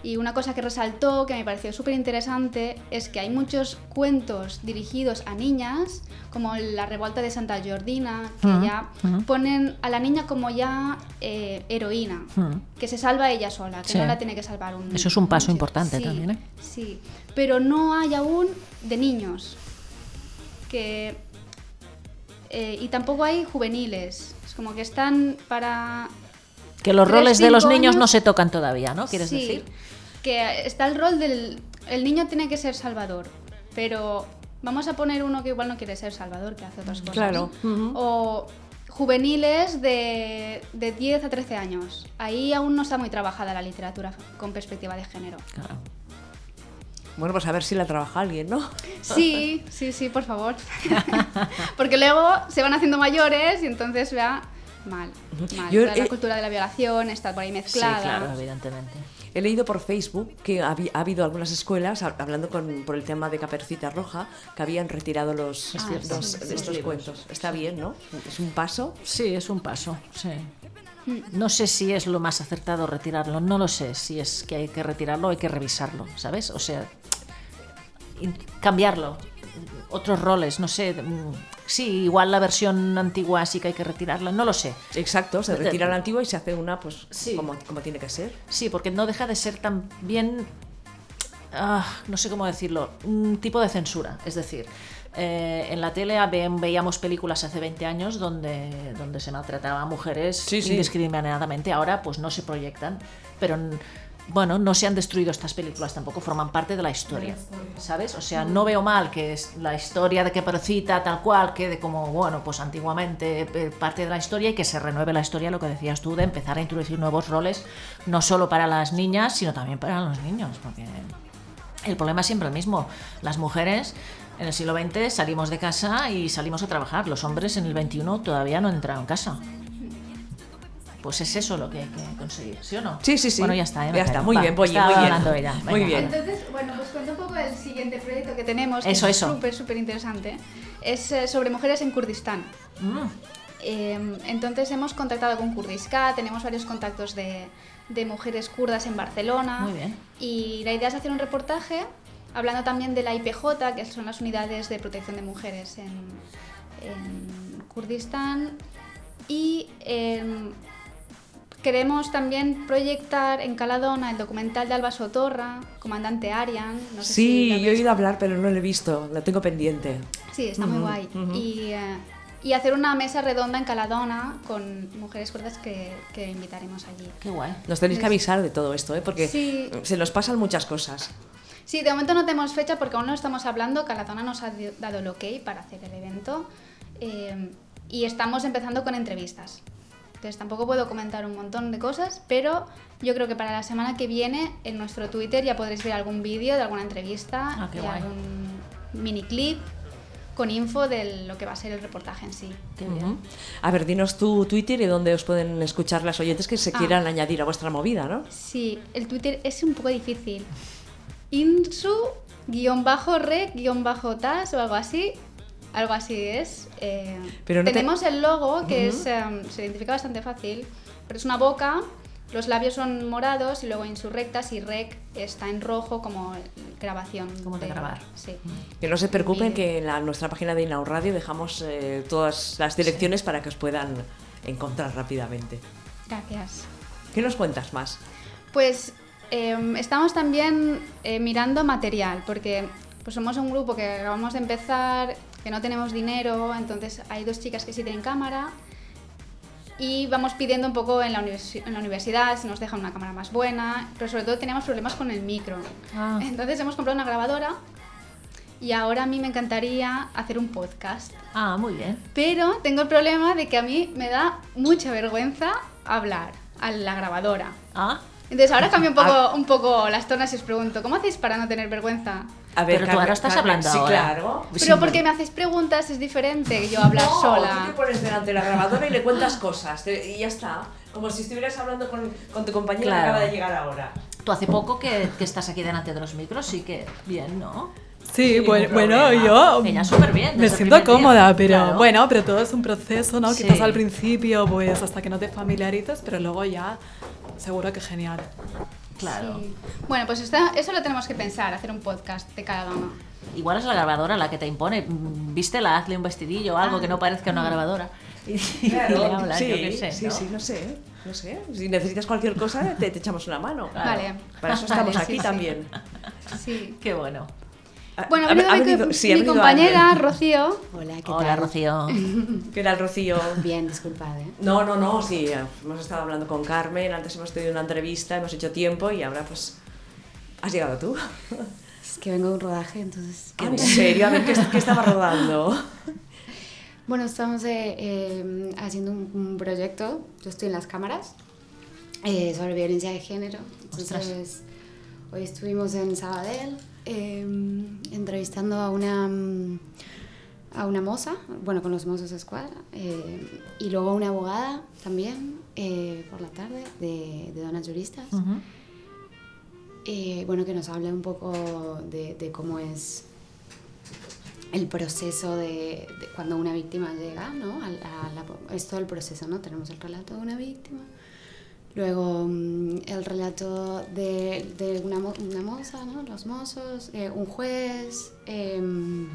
[SPEAKER 6] Y una cosa que resaltó, que me pareció súper interesante, es que hay muchos cuentos dirigidos a niñas, como La Revuelta de Santa Jordina, que ya ponen a la niña como ya eh, heroína,
[SPEAKER 2] Ujú.
[SPEAKER 6] que se salva ella sola, que
[SPEAKER 2] Sí.
[SPEAKER 6] no la tiene que salvar un
[SPEAKER 2] Eso es un paso
[SPEAKER 6] chico.
[SPEAKER 2] importante
[SPEAKER 6] Sí,
[SPEAKER 2] también, ¿eh?
[SPEAKER 6] Sí, pero no hay aún de niños, que eh, y tampoco hay juveniles. Es como que están para.
[SPEAKER 2] Que los
[SPEAKER 6] Tres,
[SPEAKER 2] roles de los
[SPEAKER 6] cinco
[SPEAKER 2] niños no
[SPEAKER 6] años.
[SPEAKER 2] se tocan todavía, ¿no? ¿Quieres
[SPEAKER 6] Sí,
[SPEAKER 2] decir?
[SPEAKER 6] Que está el rol del. El niño tiene que ser salvador, pero vamos a poner uno que igual no quiere ser salvador, que hace otras cosas.
[SPEAKER 1] Claro.
[SPEAKER 6] O juveniles de, de 10 a 13 años. Ahí aún no está muy trabajada la literatura con perspectiva de género.
[SPEAKER 2] Claro.
[SPEAKER 1] Bueno, pues a ver si la trabaja alguien, ¿no?
[SPEAKER 6] Sí, sí, sí, por favor. Porque luego se van haciendo mayores y entonces vea mal. mal.
[SPEAKER 1] Yo,
[SPEAKER 6] Toda la
[SPEAKER 1] eh,
[SPEAKER 6] cultura de la violación está por ahí
[SPEAKER 2] Sí,
[SPEAKER 6] mezclada.
[SPEAKER 2] claro, evidentemente.
[SPEAKER 1] He leído por Facebook que ha, habi- ha habido algunas escuelas, hab- hablando con, por el tema de Capercita Roja, que habían retirado los,
[SPEAKER 6] Ah,
[SPEAKER 1] los-
[SPEAKER 6] sí,
[SPEAKER 1] los-
[SPEAKER 6] sí, sí.
[SPEAKER 1] estos cuentos. Está bien, ¿no? Es un paso.
[SPEAKER 2] Sí, es un paso, sí. No sé si es lo más acertado retirarlo, no lo sé. Si es que hay que retirarlo, hay que revisarlo, ¿sabes? O sea, in- cambiarlo, otros roles, no sé. mm, Sí, igual la versión antigua sí que hay que retirarla, no lo sé.
[SPEAKER 1] Exacto, se retira la antigua y se hace una pues
[SPEAKER 2] Sí.
[SPEAKER 1] como, como tiene que ser.
[SPEAKER 2] Sí, porque no deja de ser también, ah, no sé cómo decirlo, un tipo de censura. Es decir, eh, en la tele ve- veíamos películas hace 20 años donde, donde se maltrataba a mujeres
[SPEAKER 1] Sí, sí.
[SPEAKER 2] indiscriminadamente. Ahora pues no se proyectan, pero n- bueno, no se han destruido estas películas tampoco, forman parte de la historia, ¿sabes? O sea, no veo mal que es la historia de que Caperucita tal cual quede como, bueno, pues antiguamente eh, parte de la historia y que se renueve la historia, lo que decías tú, de empezar a introducir nuevos roles, no solo para las niñas, sino también para los niños, porque el problema es siempre el mismo. Las mujeres en el siglo XX salimos de casa y salimos a trabajar, los hombres en el XXI todavía no entraron en casa. Pues es eso lo que hay que conseguir, ¿sí o no?
[SPEAKER 1] Sí, sí, sí.
[SPEAKER 2] Bueno, ya está. me
[SPEAKER 1] Ya está,
[SPEAKER 2] callo.
[SPEAKER 1] muy
[SPEAKER 2] Va,
[SPEAKER 1] bien, Polly,
[SPEAKER 2] estaba
[SPEAKER 1] muy bien.
[SPEAKER 2] hablando ella.
[SPEAKER 1] Muy
[SPEAKER 2] Venga,
[SPEAKER 1] bien.
[SPEAKER 6] Entonces, bueno, pues cuento un poco el siguiente proyecto que tenemos, que
[SPEAKER 2] Eso,
[SPEAKER 6] es
[SPEAKER 2] eso.
[SPEAKER 6] súper, súper interesante. Es eh, sobre mujeres en Kurdistán.
[SPEAKER 2] Mm,
[SPEAKER 6] Eh, entonces hemos contactado con Kurdiscat, tenemos varios contactos de, de mujeres kurdas en Barcelona.
[SPEAKER 2] Muy bien.
[SPEAKER 6] Y la idea es hacer un reportaje hablando también de la IPJ, que son las unidades de protección de mujeres en, en Kurdistán. Y em, queremos también proyectar en Caladona el documental de Alba Sotorra, Comandante Arian. No sé si
[SPEAKER 1] sí,
[SPEAKER 6] lo
[SPEAKER 1] yo he oído hablar, pero no lo he visto. Lo tengo pendiente.
[SPEAKER 6] Sí, está muy guay. y, eh, y hacer una mesa redonda en Caladona con mujeres kurdas que, que invitaremos allí.
[SPEAKER 2] qué guay.
[SPEAKER 1] Nos tenéis que
[SPEAKER 6] Es-
[SPEAKER 1] avisar de todo esto, ¿eh? porque
[SPEAKER 6] Sí.
[SPEAKER 1] se nos pasan muchas cosas.
[SPEAKER 6] Sí, de momento no tenemos fecha porque aún no estamos hablando. Caladona nos ha di- dado el ok para hacer el evento. eh, y estamos empezando con entrevistas. Entonces tampoco puedo comentar un montón de cosas, pero yo creo que para la semana que viene en nuestro Twitter ya podréis ver algún vídeo de alguna entrevista
[SPEAKER 2] Ah, qué
[SPEAKER 6] y
[SPEAKER 2] guay.
[SPEAKER 6] algún mini clip con info de lo que va a ser el reportaje en sí.
[SPEAKER 2] Qué bien.
[SPEAKER 1] Ujú. A ver, dinos tu Twitter y dónde os pueden escuchar las oyentes que se
[SPEAKER 6] Ah.
[SPEAKER 1] quieran añadir a vuestra movida, ¿no?
[SPEAKER 6] Sí, el Twitter es un poco difícil. Insu guión bajo re guión bajo tas o algo así. Algo así es. eh,
[SPEAKER 1] Pero no te-
[SPEAKER 6] tenemos el logo que es, em, se identifica bastante fácil, pero es una boca, los labios son morados y luego insurrectas y rec está en rojo como grabación.
[SPEAKER 2] Como de grabar.
[SPEAKER 6] Sí.
[SPEAKER 1] Que no se preocupen
[SPEAKER 6] Bien.
[SPEAKER 1] que en la- nuestra página de Inaud Radio dejamos eh, todas las direcciones para que os puedan encontrar rápidamente.
[SPEAKER 6] Gracias.
[SPEAKER 1] ¿Qué nos cuentas más?
[SPEAKER 6] Pues eh, estamos también eh, mirando material, porque pues somos un grupo que acabamos de empezar, que no tenemos dinero, entonces hay dos chicas que sí tienen cámara y vamos pidiendo un poco en la, universi- en la universidad si nos dejan una cámara más buena, pero sobre todo teníamos problemas con el micro.
[SPEAKER 2] Ah.
[SPEAKER 6] Entonces hemos comprado una grabadora y ahora a mí me encantaría hacer un podcast.
[SPEAKER 2] Ah, muy bien.
[SPEAKER 6] Pero tengo el problema de que a mí me da mucha vergüenza hablar a la grabadora.
[SPEAKER 2] Ah,
[SPEAKER 6] Entonces ahora cambio un
[SPEAKER 1] Ah.
[SPEAKER 6] poco, un poco las tonas y os pregunto, ¿cómo hacéis para no tener vergüenza?
[SPEAKER 1] A
[SPEAKER 2] Pero tú ahora estás hablando
[SPEAKER 1] Sí,
[SPEAKER 2] ahora.
[SPEAKER 1] claro.
[SPEAKER 6] Pero porque me hacéis preguntas es diferente que yo hablar
[SPEAKER 1] No, Tú te
[SPEAKER 6] sola.
[SPEAKER 1] pones delante de la grabadora y le cuentas cosas te- y ya está. Como si estuvieras hablando con, con tu compañero que
[SPEAKER 2] Claro.
[SPEAKER 1] acaba de llegar ahora.
[SPEAKER 2] tú hace poco que, que estás aquí delante de los micros, sí que bien, ¿no?
[SPEAKER 4] Sí, bueno,
[SPEAKER 1] ningún
[SPEAKER 4] bueno
[SPEAKER 1] problema.
[SPEAKER 4] yo
[SPEAKER 2] Ella súper bien.
[SPEAKER 4] me
[SPEAKER 2] desde el
[SPEAKER 4] siento
[SPEAKER 2] primer día.
[SPEAKER 4] cómoda, pero
[SPEAKER 2] Claro.
[SPEAKER 4] bueno, pero todo es un proceso, ¿no?
[SPEAKER 2] Sí.
[SPEAKER 4] Quizás al principio, pues hasta que no te familiarices, pero luego ya seguro que genial.
[SPEAKER 2] Claro.
[SPEAKER 6] Sí. Bueno, pues esta- eso lo tenemos que pensar, hacer un podcast de cada uno.
[SPEAKER 2] Igual es la grabadora la que te impone. Mm, Vístela, hazle un vestidillo o algo
[SPEAKER 5] Ah.
[SPEAKER 2] que no parezca una grabadora. Y, y le hablas, yo qué sé,
[SPEAKER 1] sí,
[SPEAKER 2] ¿no?
[SPEAKER 1] sí, no sé. No sé. Si necesitas cualquier cosa, te, te echamos una mano.
[SPEAKER 2] Claro.
[SPEAKER 6] Vale.
[SPEAKER 1] Para eso estamos
[SPEAKER 6] Vale,
[SPEAKER 1] aquí
[SPEAKER 6] sí, sí.
[SPEAKER 1] también.
[SPEAKER 6] Sí.
[SPEAKER 2] Qué bueno.
[SPEAKER 1] Ha-
[SPEAKER 6] Bueno, ha
[SPEAKER 1] ha-
[SPEAKER 6] venido
[SPEAKER 1] ha
[SPEAKER 6] mi, co-
[SPEAKER 1] venido- sí, ha
[SPEAKER 6] mi
[SPEAKER 1] venido
[SPEAKER 6] compañera Rocío.
[SPEAKER 5] Hola, ¿qué
[SPEAKER 2] Hola,
[SPEAKER 5] tal?
[SPEAKER 2] Rocío.
[SPEAKER 1] alguien. Que era el Rocío.
[SPEAKER 5] Bien, disculpad, ¿eh?
[SPEAKER 1] No, no, no, sí, eh, hemos estado hablando con Carmen, antes hemos tenido una entrevista, hemos hecho tiempo y ahora pues has llegado tú.
[SPEAKER 5] Es que vengo de un rodaje, entonces...
[SPEAKER 1] ¿En serio? A ver, ¿qué, qué estaba rodando?
[SPEAKER 5] Bueno, estamos eh, eh, haciendo un, un proyecto, yo estoy en las cámaras, eh, sobre violencia de género.
[SPEAKER 2] Ostras.
[SPEAKER 5] Entonces, hoy estuvimos en Sabadell eh, entrevistando a una, mm, a una moza, bueno, con los mozos de Squad, eh, y luego a una abogada también eh, por la tarde de, de Donas Juristas.
[SPEAKER 2] Ujú.
[SPEAKER 5] Eh, bueno, que nos hable un poco de, de cómo es el proceso de, de cuando una víctima llega, ¿no? A la- a la- es todo el proceso, ¿no? Tenemos el relato de una víctima, luego mm, el relato de, de una, mo- una moza, ¿no? Los mozos, eh, un juez, em,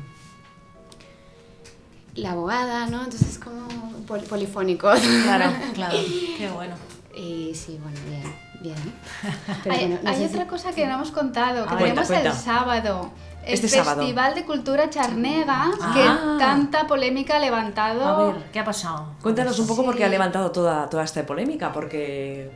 [SPEAKER 5] la abogada, ¿no? Entonces es como pol- polifónico.
[SPEAKER 2] Claro, claro. Qué bueno.
[SPEAKER 5] Y sí, bueno, bien, bien. Pero
[SPEAKER 6] Hay,
[SPEAKER 5] bueno, no
[SPEAKER 6] hay
[SPEAKER 5] sé si-
[SPEAKER 6] otra cosa que no hemos contado, que
[SPEAKER 1] Ah,
[SPEAKER 6] tenemos
[SPEAKER 1] cuenta, cuenta.
[SPEAKER 6] el sábado. El
[SPEAKER 1] Este sábado.
[SPEAKER 6] Festival de Cultura Charnega,
[SPEAKER 2] Ah.
[SPEAKER 6] que tanta polémica ha levantado.
[SPEAKER 2] A ver, ¿qué ha pasado?
[SPEAKER 1] Cuéntanos un poco
[SPEAKER 6] Sí.
[SPEAKER 1] porque ha levantado toda, toda esta polémica, porque...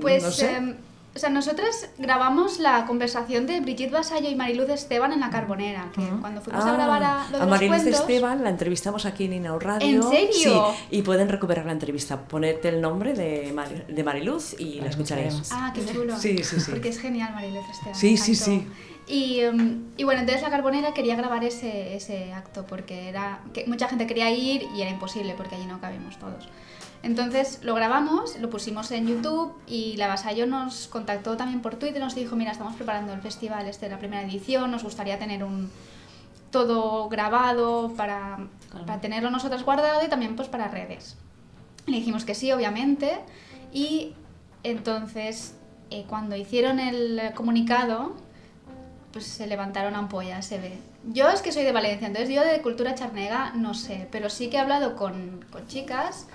[SPEAKER 6] Pues,
[SPEAKER 1] no sé.
[SPEAKER 6] em, o sea, nosotras grabamos la conversación de Brigitte Basallo y Mariluz Esteban en La Carbonera, que cuando fuimos a
[SPEAKER 1] Ah,
[SPEAKER 6] grabar a, lo de
[SPEAKER 1] a
[SPEAKER 6] los
[SPEAKER 1] Mariluz
[SPEAKER 6] cuentos-
[SPEAKER 1] Esteban la entrevistamos aquí en Inau Radio.
[SPEAKER 6] ¿En serio?
[SPEAKER 1] Sí, y pueden recuperar la entrevista. Ponete el nombre de, Mar- de Mariluz y la escucharéis.
[SPEAKER 6] Ah, qué chulo.
[SPEAKER 1] Sí, sí, sí.
[SPEAKER 6] Porque es genial Mariluz Esteban.
[SPEAKER 1] Sí, sí,
[SPEAKER 6] tanto.
[SPEAKER 1] sí.
[SPEAKER 6] Y, em, y bueno, entonces La Carbonera quería grabar ese, ese acto porque era que mucha gente quería ir y era imposible porque allí no cabíamos todos. Entonces lo grabamos, lo pusimos en YouTube y la Basayo nos contactó también por Twitter, nos dijo, mira, estamos preparando el festival, este la primera edición, nos gustaría tener un todo grabado para, para tenerlo nosotras guardado y también pues para redes. Le dijimos que sí, obviamente. Y entonces, eh, cuando hicieron el comunicado, pues se levantaron ampollas, se ve. Yo es que soy de Valencia, entonces yo de cultura charnega no sé, pero sí que he hablado con, con chicas,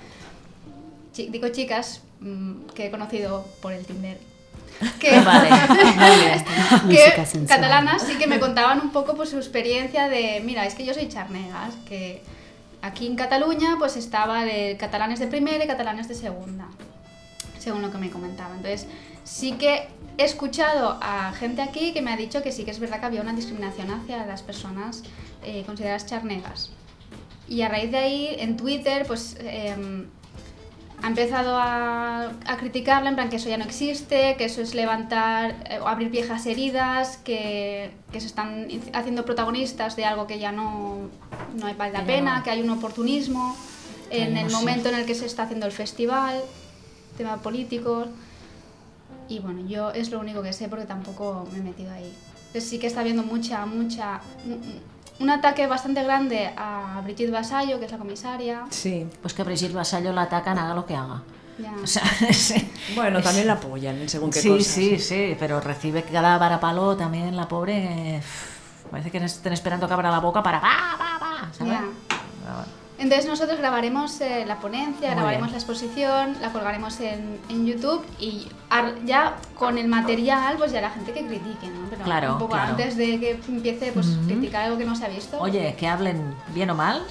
[SPEAKER 6] chi- digo chicas mm, que he conocido por el Tinder. Que,
[SPEAKER 2] Vale,
[SPEAKER 5] Música
[SPEAKER 6] que
[SPEAKER 5] sensual.
[SPEAKER 6] catalanas sí que me contaban un poco pues, su experiencia de, mira, es que yo soy charnegas, que aquí en Cataluña pues estaba de catalanes de primera y catalanes de segunda según lo que me comentaba. Entonces, sí que he escuchado a gente aquí que me ha dicho que sí que es verdad que había una discriminación hacia las personas eh, consideradas charnegas. Y a raíz de ahí, en Twitter, pues em, ha empezado a, a criticarla, en plan que eso ya no existe, que eso es levantar eh, o abrir viejas heridas, que, que se están hi- haciendo protagonistas de algo que ya no, no
[SPEAKER 2] Que
[SPEAKER 6] vale la
[SPEAKER 2] ya
[SPEAKER 6] pena,
[SPEAKER 2] no-
[SPEAKER 6] que hay un oportunismo
[SPEAKER 2] Que
[SPEAKER 6] en
[SPEAKER 2] ya
[SPEAKER 6] el
[SPEAKER 2] no
[SPEAKER 6] momento en el que se está haciendo el festival, tema político. Y bueno, yo es lo único que sé porque tampoco me he metido ahí. Entonces sí que está habiendo mucha, mucha... un- Un ataque bastante grande a Brigitte Basallo, que es la comisaria.
[SPEAKER 1] Sí.
[SPEAKER 2] Pues que a Brigitte Vasallo la atacan, haga lo que haga.
[SPEAKER 6] Ya.
[SPEAKER 2] O sea, sí.
[SPEAKER 1] Bueno, también la apoyan en según qué
[SPEAKER 2] sí,
[SPEAKER 1] cosas.
[SPEAKER 2] sí, sí, pero recibe cada varapalo también la pobre. eh, parece que estén esperando que abra la boca para. ¡Va, va, va! ¿sabes?
[SPEAKER 6] Ya.
[SPEAKER 2] Pero bueno.
[SPEAKER 6] Entonces nosotros grabaremos eh, la ponencia,
[SPEAKER 1] Muy
[SPEAKER 6] grabaremos
[SPEAKER 1] bien.
[SPEAKER 6] la exposición, la colgaremos en, en YouTube y ar- ya con el material, pues ya la gente que critique, ¿no? Pero
[SPEAKER 2] Claro,
[SPEAKER 6] un poco
[SPEAKER 2] claro.
[SPEAKER 6] antes de que empiece, pues criticar algo que no se ha visto.
[SPEAKER 2] Oye, que hablen bien o mal,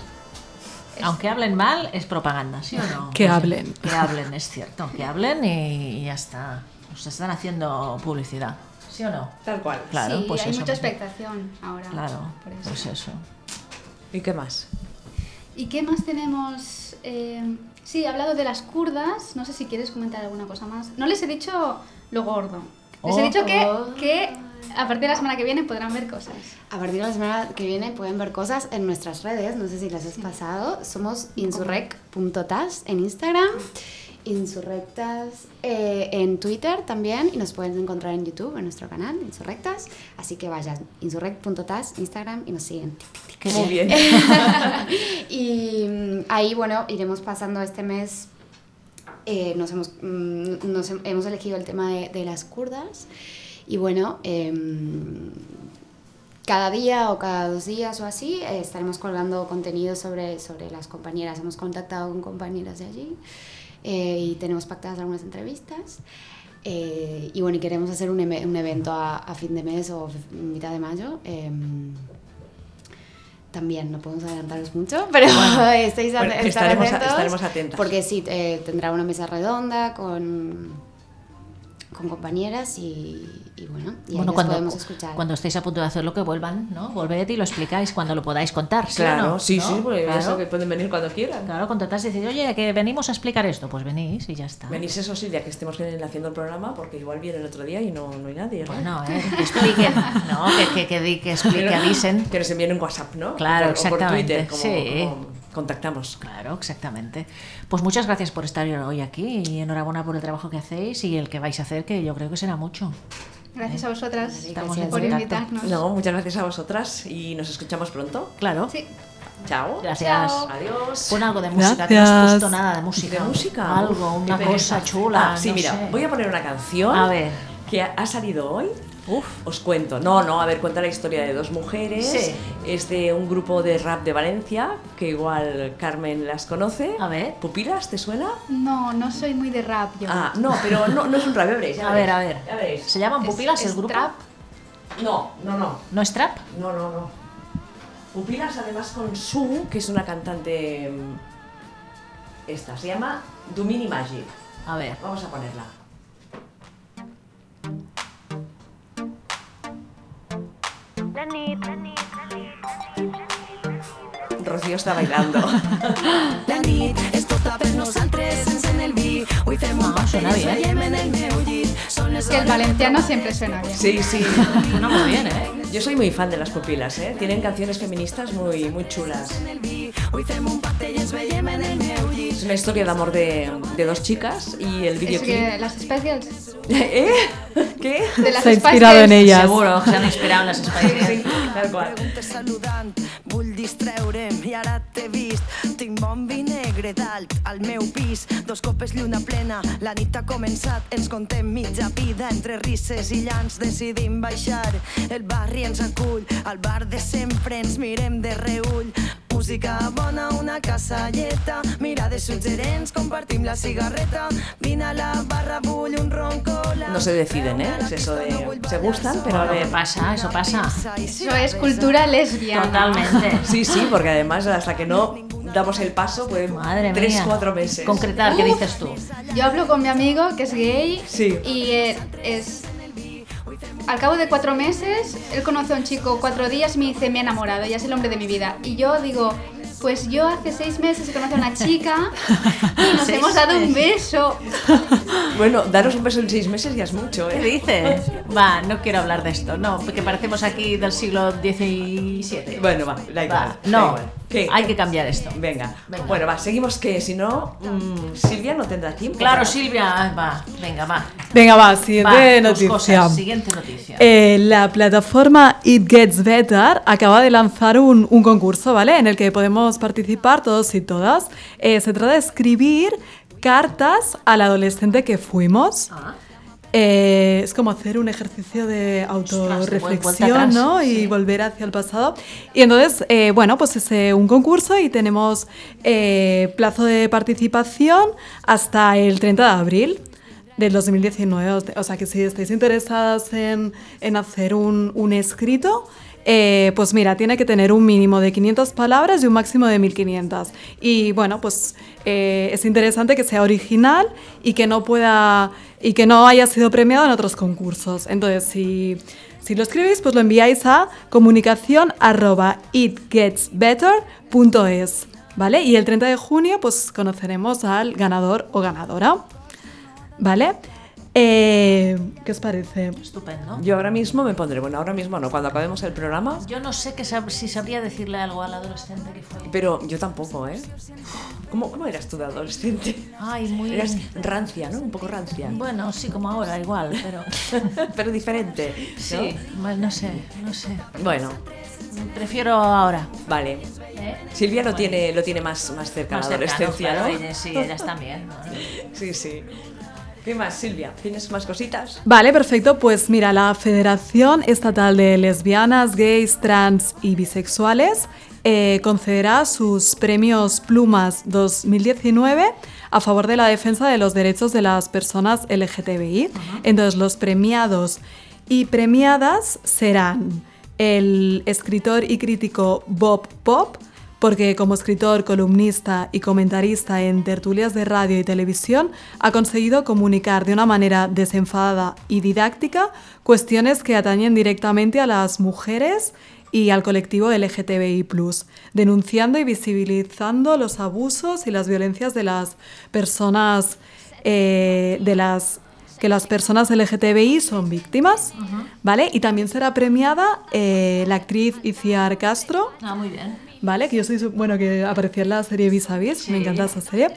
[SPEAKER 6] Es-
[SPEAKER 2] aunque hablen mal, es propaganda, ¿sí o no?
[SPEAKER 4] Que
[SPEAKER 2] O sea,
[SPEAKER 4] hablen.
[SPEAKER 2] Que hablen, es cierto, que hablen y, y ya está. Nos están haciendo publicidad, ¿sí o no?
[SPEAKER 1] Tal cual.
[SPEAKER 2] Claro,
[SPEAKER 6] sí,
[SPEAKER 2] pues
[SPEAKER 6] hay
[SPEAKER 2] eso.
[SPEAKER 6] mucha expectación ahora.
[SPEAKER 2] Claro,
[SPEAKER 6] por eso.
[SPEAKER 2] pues eso.
[SPEAKER 1] ¿Y qué más?
[SPEAKER 6] ¿Y qué más tenemos? Eh, sí, he hablado de las kurdas. No sé si quieres comentar alguna cosa más. No les he dicho lo gordo. Les he
[SPEAKER 2] Oh.
[SPEAKER 6] dicho que, que a partir de la semana que viene podrán ver cosas.
[SPEAKER 5] A partir de la semana que viene pueden ver cosas en nuestras redes, no sé si las has pasado. Somos insurrec.tas en Instagram, insurrectas eh, en Twitter también y nos pueden encontrar en YouTube, en nuestro canal, insurrectas. Así que vayan, insurrec.tas, Instagram y nos siguen.
[SPEAKER 1] Muy bien.
[SPEAKER 5] y mm, ahí, bueno, iremos pasando este mes. eh, nos hemos, mm, nos hem- hemos elegido el tema de, de las kurdas. Y bueno, em, cada día o cada dos días o así eh, estaremos colgando contenido sobre, sobre las compañeras. Hemos contactado con compañeras de allí eh, y tenemos pactadas algunas entrevistas. Eh, y bueno, y queremos hacer un, eme- un evento a, a fin de mes o f- mitad de mayo. em, también no podemos adelantaros mucho, pero estáis
[SPEAKER 1] Bueno,
[SPEAKER 5] estar
[SPEAKER 1] estaremos a-
[SPEAKER 5] atentos,
[SPEAKER 1] estaremos atentas.
[SPEAKER 5] Porque sí, eh, tendrá una mesa redonda con, con compañeras y, y bueno, y ahí
[SPEAKER 2] bueno,
[SPEAKER 5] las
[SPEAKER 2] cuando,
[SPEAKER 5] podemos escuchar.
[SPEAKER 2] cuando estéis a punto de hacerlo, que vuelvan, ¿no? Volved y lo explicáis cuando lo podáis contar. ¿sí o
[SPEAKER 1] Claro,
[SPEAKER 2] no?
[SPEAKER 1] sí,
[SPEAKER 2] ¿No?
[SPEAKER 1] sí, porque
[SPEAKER 2] claro.
[SPEAKER 1] eso que pueden venir cuando quieran.
[SPEAKER 2] Claro, contratás y decís, oye, que venimos a explicar esto. Pues venís y ya está.
[SPEAKER 1] Venís eso sí, ya que estemos haciendo el programa, porque igual viene el otro día y no, no hay nadie. ¿no?
[SPEAKER 2] Bueno, eh, que expliquen. No, que, que, que, di- que expliquen, que avisen.
[SPEAKER 1] Que nos envíen un WhatsApp, ¿no?
[SPEAKER 2] Claro,
[SPEAKER 1] O
[SPEAKER 2] exactamente,
[SPEAKER 1] O por
[SPEAKER 2] sí.
[SPEAKER 1] Twitter, como, como contactamos.
[SPEAKER 2] Claro, exactamente. Pues muchas gracias por estar hoy aquí y enhorabuena por el trabajo que hacéis y el que vais a hacer, que yo creo que será mucho.
[SPEAKER 6] Gracias a vosotras
[SPEAKER 2] Estamos en
[SPEAKER 5] Gracias.
[SPEAKER 6] por
[SPEAKER 2] contacto.
[SPEAKER 6] invitarnos.
[SPEAKER 1] No, muchas gracias a vosotras y nos escuchamos pronto.
[SPEAKER 2] Claro.
[SPEAKER 6] Sí. oh,
[SPEAKER 1] Chao.
[SPEAKER 2] Gracias. Pues
[SPEAKER 6] Chao.
[SPEAKER 1] Adiós.
[SPEAKER 2] Pon algo de música, que no has
[SPEAKER 4] Gracias.
[SPEAKER 2] puesto nada de música.
[SPEAKER 1] ¿De música?
[SPEAKER 2] Algo,
[SPEAKER 1] Qué
[SPEAKER 2] una
[SPEAKER 1] pereza.
[SPEAKER 2] cosa chula.
[SPEAKER 1] Ah, sí,
[SPEAKER 2] no
[SPEAKER 1] mira,
[SPEAKER 2] sé.
[SPEAKER 1] voy a poner una canción
[SPEAKER 2] A ver.
[SPEAKER 1] que ha ha salido hoy. Os cuento. No, no, a ver, cuenta la historia de dos mujeres.
[SPEAKER 2] Sí.
[SPEAKER 1] Es de un grupo de rap de Valencia, que igual Carmen las conoce.
[SPEAKER 2] A ver.
[SPEAKER 1] ¿Pupilas te suena?
[SPEAKER 6] No, no soy muy de rap yo.
[SPEAKER 1] Ah, no, pero no, no es un rap, ya veréis. ya
[SPEAKER 2] A ver,
[SPEAKER 1] veréis,
[SPEAKER 2] a ver.
[SPEAKER 1] Ya veréis.
[SPEAKER 2] ¿Se llaman
[SPEAKER 6] Es-
[SPEAKER 2] pupilas
[SPEAKER 6] es
[SPEAKER 2] el grupo?
[SPEAKER 6] trap.
[SPEAKER 1] No, no, no.
[SPEAKER 2] ¿No es trap?
[SPEAKER 1] No, no, no. Pupilas además con Su, que es una cantante... mm, Esta, se llama Dumini Magic.
[SPEAKER 2] A ver.
[SPEAKER 1] Vamos a ponerla. Rocío está bailando.
[SPEAKER 7] La nit és tot a per nosaltres, encén el vi. Avui fem un
[SPEAKER 2] Ah, suena
[SPEAKER 7] pastel,
[SPEAKER 2] bien.
[SPEAKER 7] seiem en el meu llit. Són les
[SPEAKER 6] Que el valenciano siempre suena bien.
[SPEAKER 1] Sí, sí.
[SPEAKER 2] Suena muy bien, ¿eh?
[SPEAKER 1] Yo soy muy fan de las pupilas, ¿eh? Tienen canciones feministas muy, muy chulas.
[SPEAKER 7] Avui fem un pastel i ens veiem en el meu llit.
[SPEAKER 1] Es una historia de amor de, de dos chicas y el
[SPEAKER 6] Es
[SPEAKER 1] videoclip.
[SPEAKER 6] que las Spice
[SPEAKER 1] ¿Eh? ¿Qué?
[SPEAKER 6] Girls. De las
[SPEAKER 4] Se ha
[SPEAKER 6] Spice
[SPEAKER 4] inspirado en
[SPEAKER 6] Girls.
[SPEAKER 4] ellas.
[SPEAKER 2] Seguro, que se han inspirado en las Spice Girls.
[SPEAKER 1] Sí, tal cual.
[SPEAKER 7] Preguntes saludant, vull distreure'm i ara t'he vist. Tinc bon vi negre dalt al meu pis, dos copes lluna plena, la nit ha començat, ens contem mitja vida entre risses i llans decidim baixar. El barri ens acull, al bar de sempre ens mirem de reull. Música bona, una casa lleta, mirades suggerents, compartim la cigarreta, vine a la barra, vull un ron cola.
[SPEAKER 1] No se deciden, ¿eh? Es eso de... Se gustan, pero a
[SPEAKER 2] Bueno,
[SPEAKER 1] ver...
[SPEAKER 2] ¿qué pasa? Eso pasa.
[SPEAKER 6] Eso es cultura lesbiana.
[SPEAKER 2] Totalmente.
[SPEAKER 1] Sí, sí, porque además hasta que no damos el paso pueden
[SPEAKER 2] Madre
[SPEAKER 1] tres,
[SPEAKER 2] mía.
[SPEAKER 1] cuatro meses.
[SPEAKER 2] Concretar, ¿qué dices tú?
[SPEAKER 6] Yo hablo con mi amigo que es gay
[SPEAKER 1] Sí.
[SPEAKER 6] y eh, es... Al cabo de cuatro meses, él conoce a un chico cuatro días y me dice, me he enamorado, ya es el hombre de mi vida. Y yo digo, pues yo hace seis meses conocí a una chica y nos
[SPEAKER 2] Seis
[SPEAKER 6] hemos dado un beso.
[SPEAKER 1] Bueno, daros un beso en seis meses ya es mucho,
[SPEAKER 2] ¿Qué
[SPEAKER 1] ¿eh?
[SPEAKER 2] dices? Va, no quiero hablar de esto, no, porque parecemos aquí del siglo XVII.
[SPEAKER 1] Bueno, va, da igual.
[SPEAKER 2] Va,
[SPEAKER 1] da
[SPEAKER 2] no,
[SPEAKER 1] igual. ¿Qué?
[SPEAKER 2] hay que cambiar esto.
[SPEAKER 1] Venga.
[SPEAKER 2] Venga.
[SPEAKER 1] Bueno, va, seguimos que si no, mm, Silvia no tendrá tiempo.
[SPEAKER 2] Claro,
[SPEAKER 1] para-
[SPEAKER 2] Silvia, ah, va, venga, va.
[SPEAKER 4] Venga, va,
[SPEAKER 2] va,
[SPEAKER 4] siguiente
[SPEAKER 2] tus
[SPEAKER 4] noticia.
[SPEAKER 2] cosas, siguiente noticia.
[SPEAKER 4] Eh, la plataforma It Gets Better acaba de lanzar un, un concurso, ¿vale? En el que podemos participar todos y todas. Eh, se trata de escribir cartas al adolescente que fuimos.
[SPEAKER 2] Ah,
[SPEAKER 4] eh, es como hacer un ejercicio de
[SPEAKER 2] de vuelta- vuelta
[SPEAKER 4] autorreflexión,
[SPEAKER 2] atrás,
[SPEAKER 4] ¿no? Y
[SPEAKER 2] sí.
[SPEAKER 4] volver hacia el pasado. Y entonces, eh, bueno, pues es eh, un concurso y tenemos eh, plazo de participación hasta el 30 de abril del 2019. O te- O sea que si estáis interesadas en, en hacer un, un escrito, eh, pues mira, tiene que tener un mínimo de 500 palabras y un máximo de 1500. Y bueno, pues eh, es interesante que sea original y que no pueda y que no haya sido premiado en otros concursos. Entonces, si, si lo escribís, pues lo enviáis a comunicación@itgetsbetter.es, ¿vale? Y el 30 de junio pues conoceremos al ganador o ganadora. ¿Vale? Eh, ¿Qué os parece?
[SPEAKER 2] Estupendo.
[SPEAKER 1] Yo ahora mismo me pondré, bueno, ahora mismo no, cuando acabemos el programa,
[SPEAKER 2] Yo no sé que sab- si sabría decirle algo al adolescente que fue.
[SPEAKER 1] pero yo tampoco, ¿eh? ¿Cómo, cómo eras tú de adolescente?
[SPEAKER 2] Ay, muy.
[SPEAKER 1] Eras rancia, ¿no? Un poco rancia,
[SPEAKER 2] Bueno, sí, como ahora, igual, pero.
[SPEAKER 1] pero diferente. ¿no?
[SPEAKER 2] Sí, bueno, no sé, no sé.
[SPEAKER 1] Bueno,
[SPEAKER 2] Prefiero ahora.
[SPEAKER 1] vale.
[SPEAKER 2] ¿eh?
[SPEAKER 1] Silvia lo tiene, lo tiene más, más cerca
[SPEAKER 2] Más
[SPEAKER 1] la
[SPEAKER 2] cercano,
[SPEAKER 1] adolescencia,
[SPEAKER 2] claro,
[SPEAKER 1] ¿no?
[SPEAKER 2] ella- Sí, ellas también. ¿no?
[SPEAKER 1] Sí, sí. ¿Qué más, Silvia? ¿Tienes más cositas?
[SPEAKER 4] Vale, perfecto. Pues mira, la Federación Estatal de Lesbianas, Gays, Trans y Bisexuales eh, concederá sus premios Plumas 2019 a favor de la defensa de los derechos de las personas LGTBI. Entonces, los premiados y premiadas serán el escritor y crítico Bob Pop, porque como escritor, columnista y comentarista en tertulias de radio y televisión ha conseguido comunicar de una manera desenfadada y didáctica cuestiones que atañen directamente a las mujeres y al colectivo LGTBI, denunciando y visibilizando los abusos y las violencias de las personas eh, de las que las personas LGTBI son víctimas, ¿vale? Y también será premiada eh, la actriz Iciar Castro,
[SPEAKER 2] Ah, muy bien.
[SPEAKER 4] ¿vale? Que yo soy, su- bueno, que aparecía en la serie Vis a Vis, me encanta esa serie,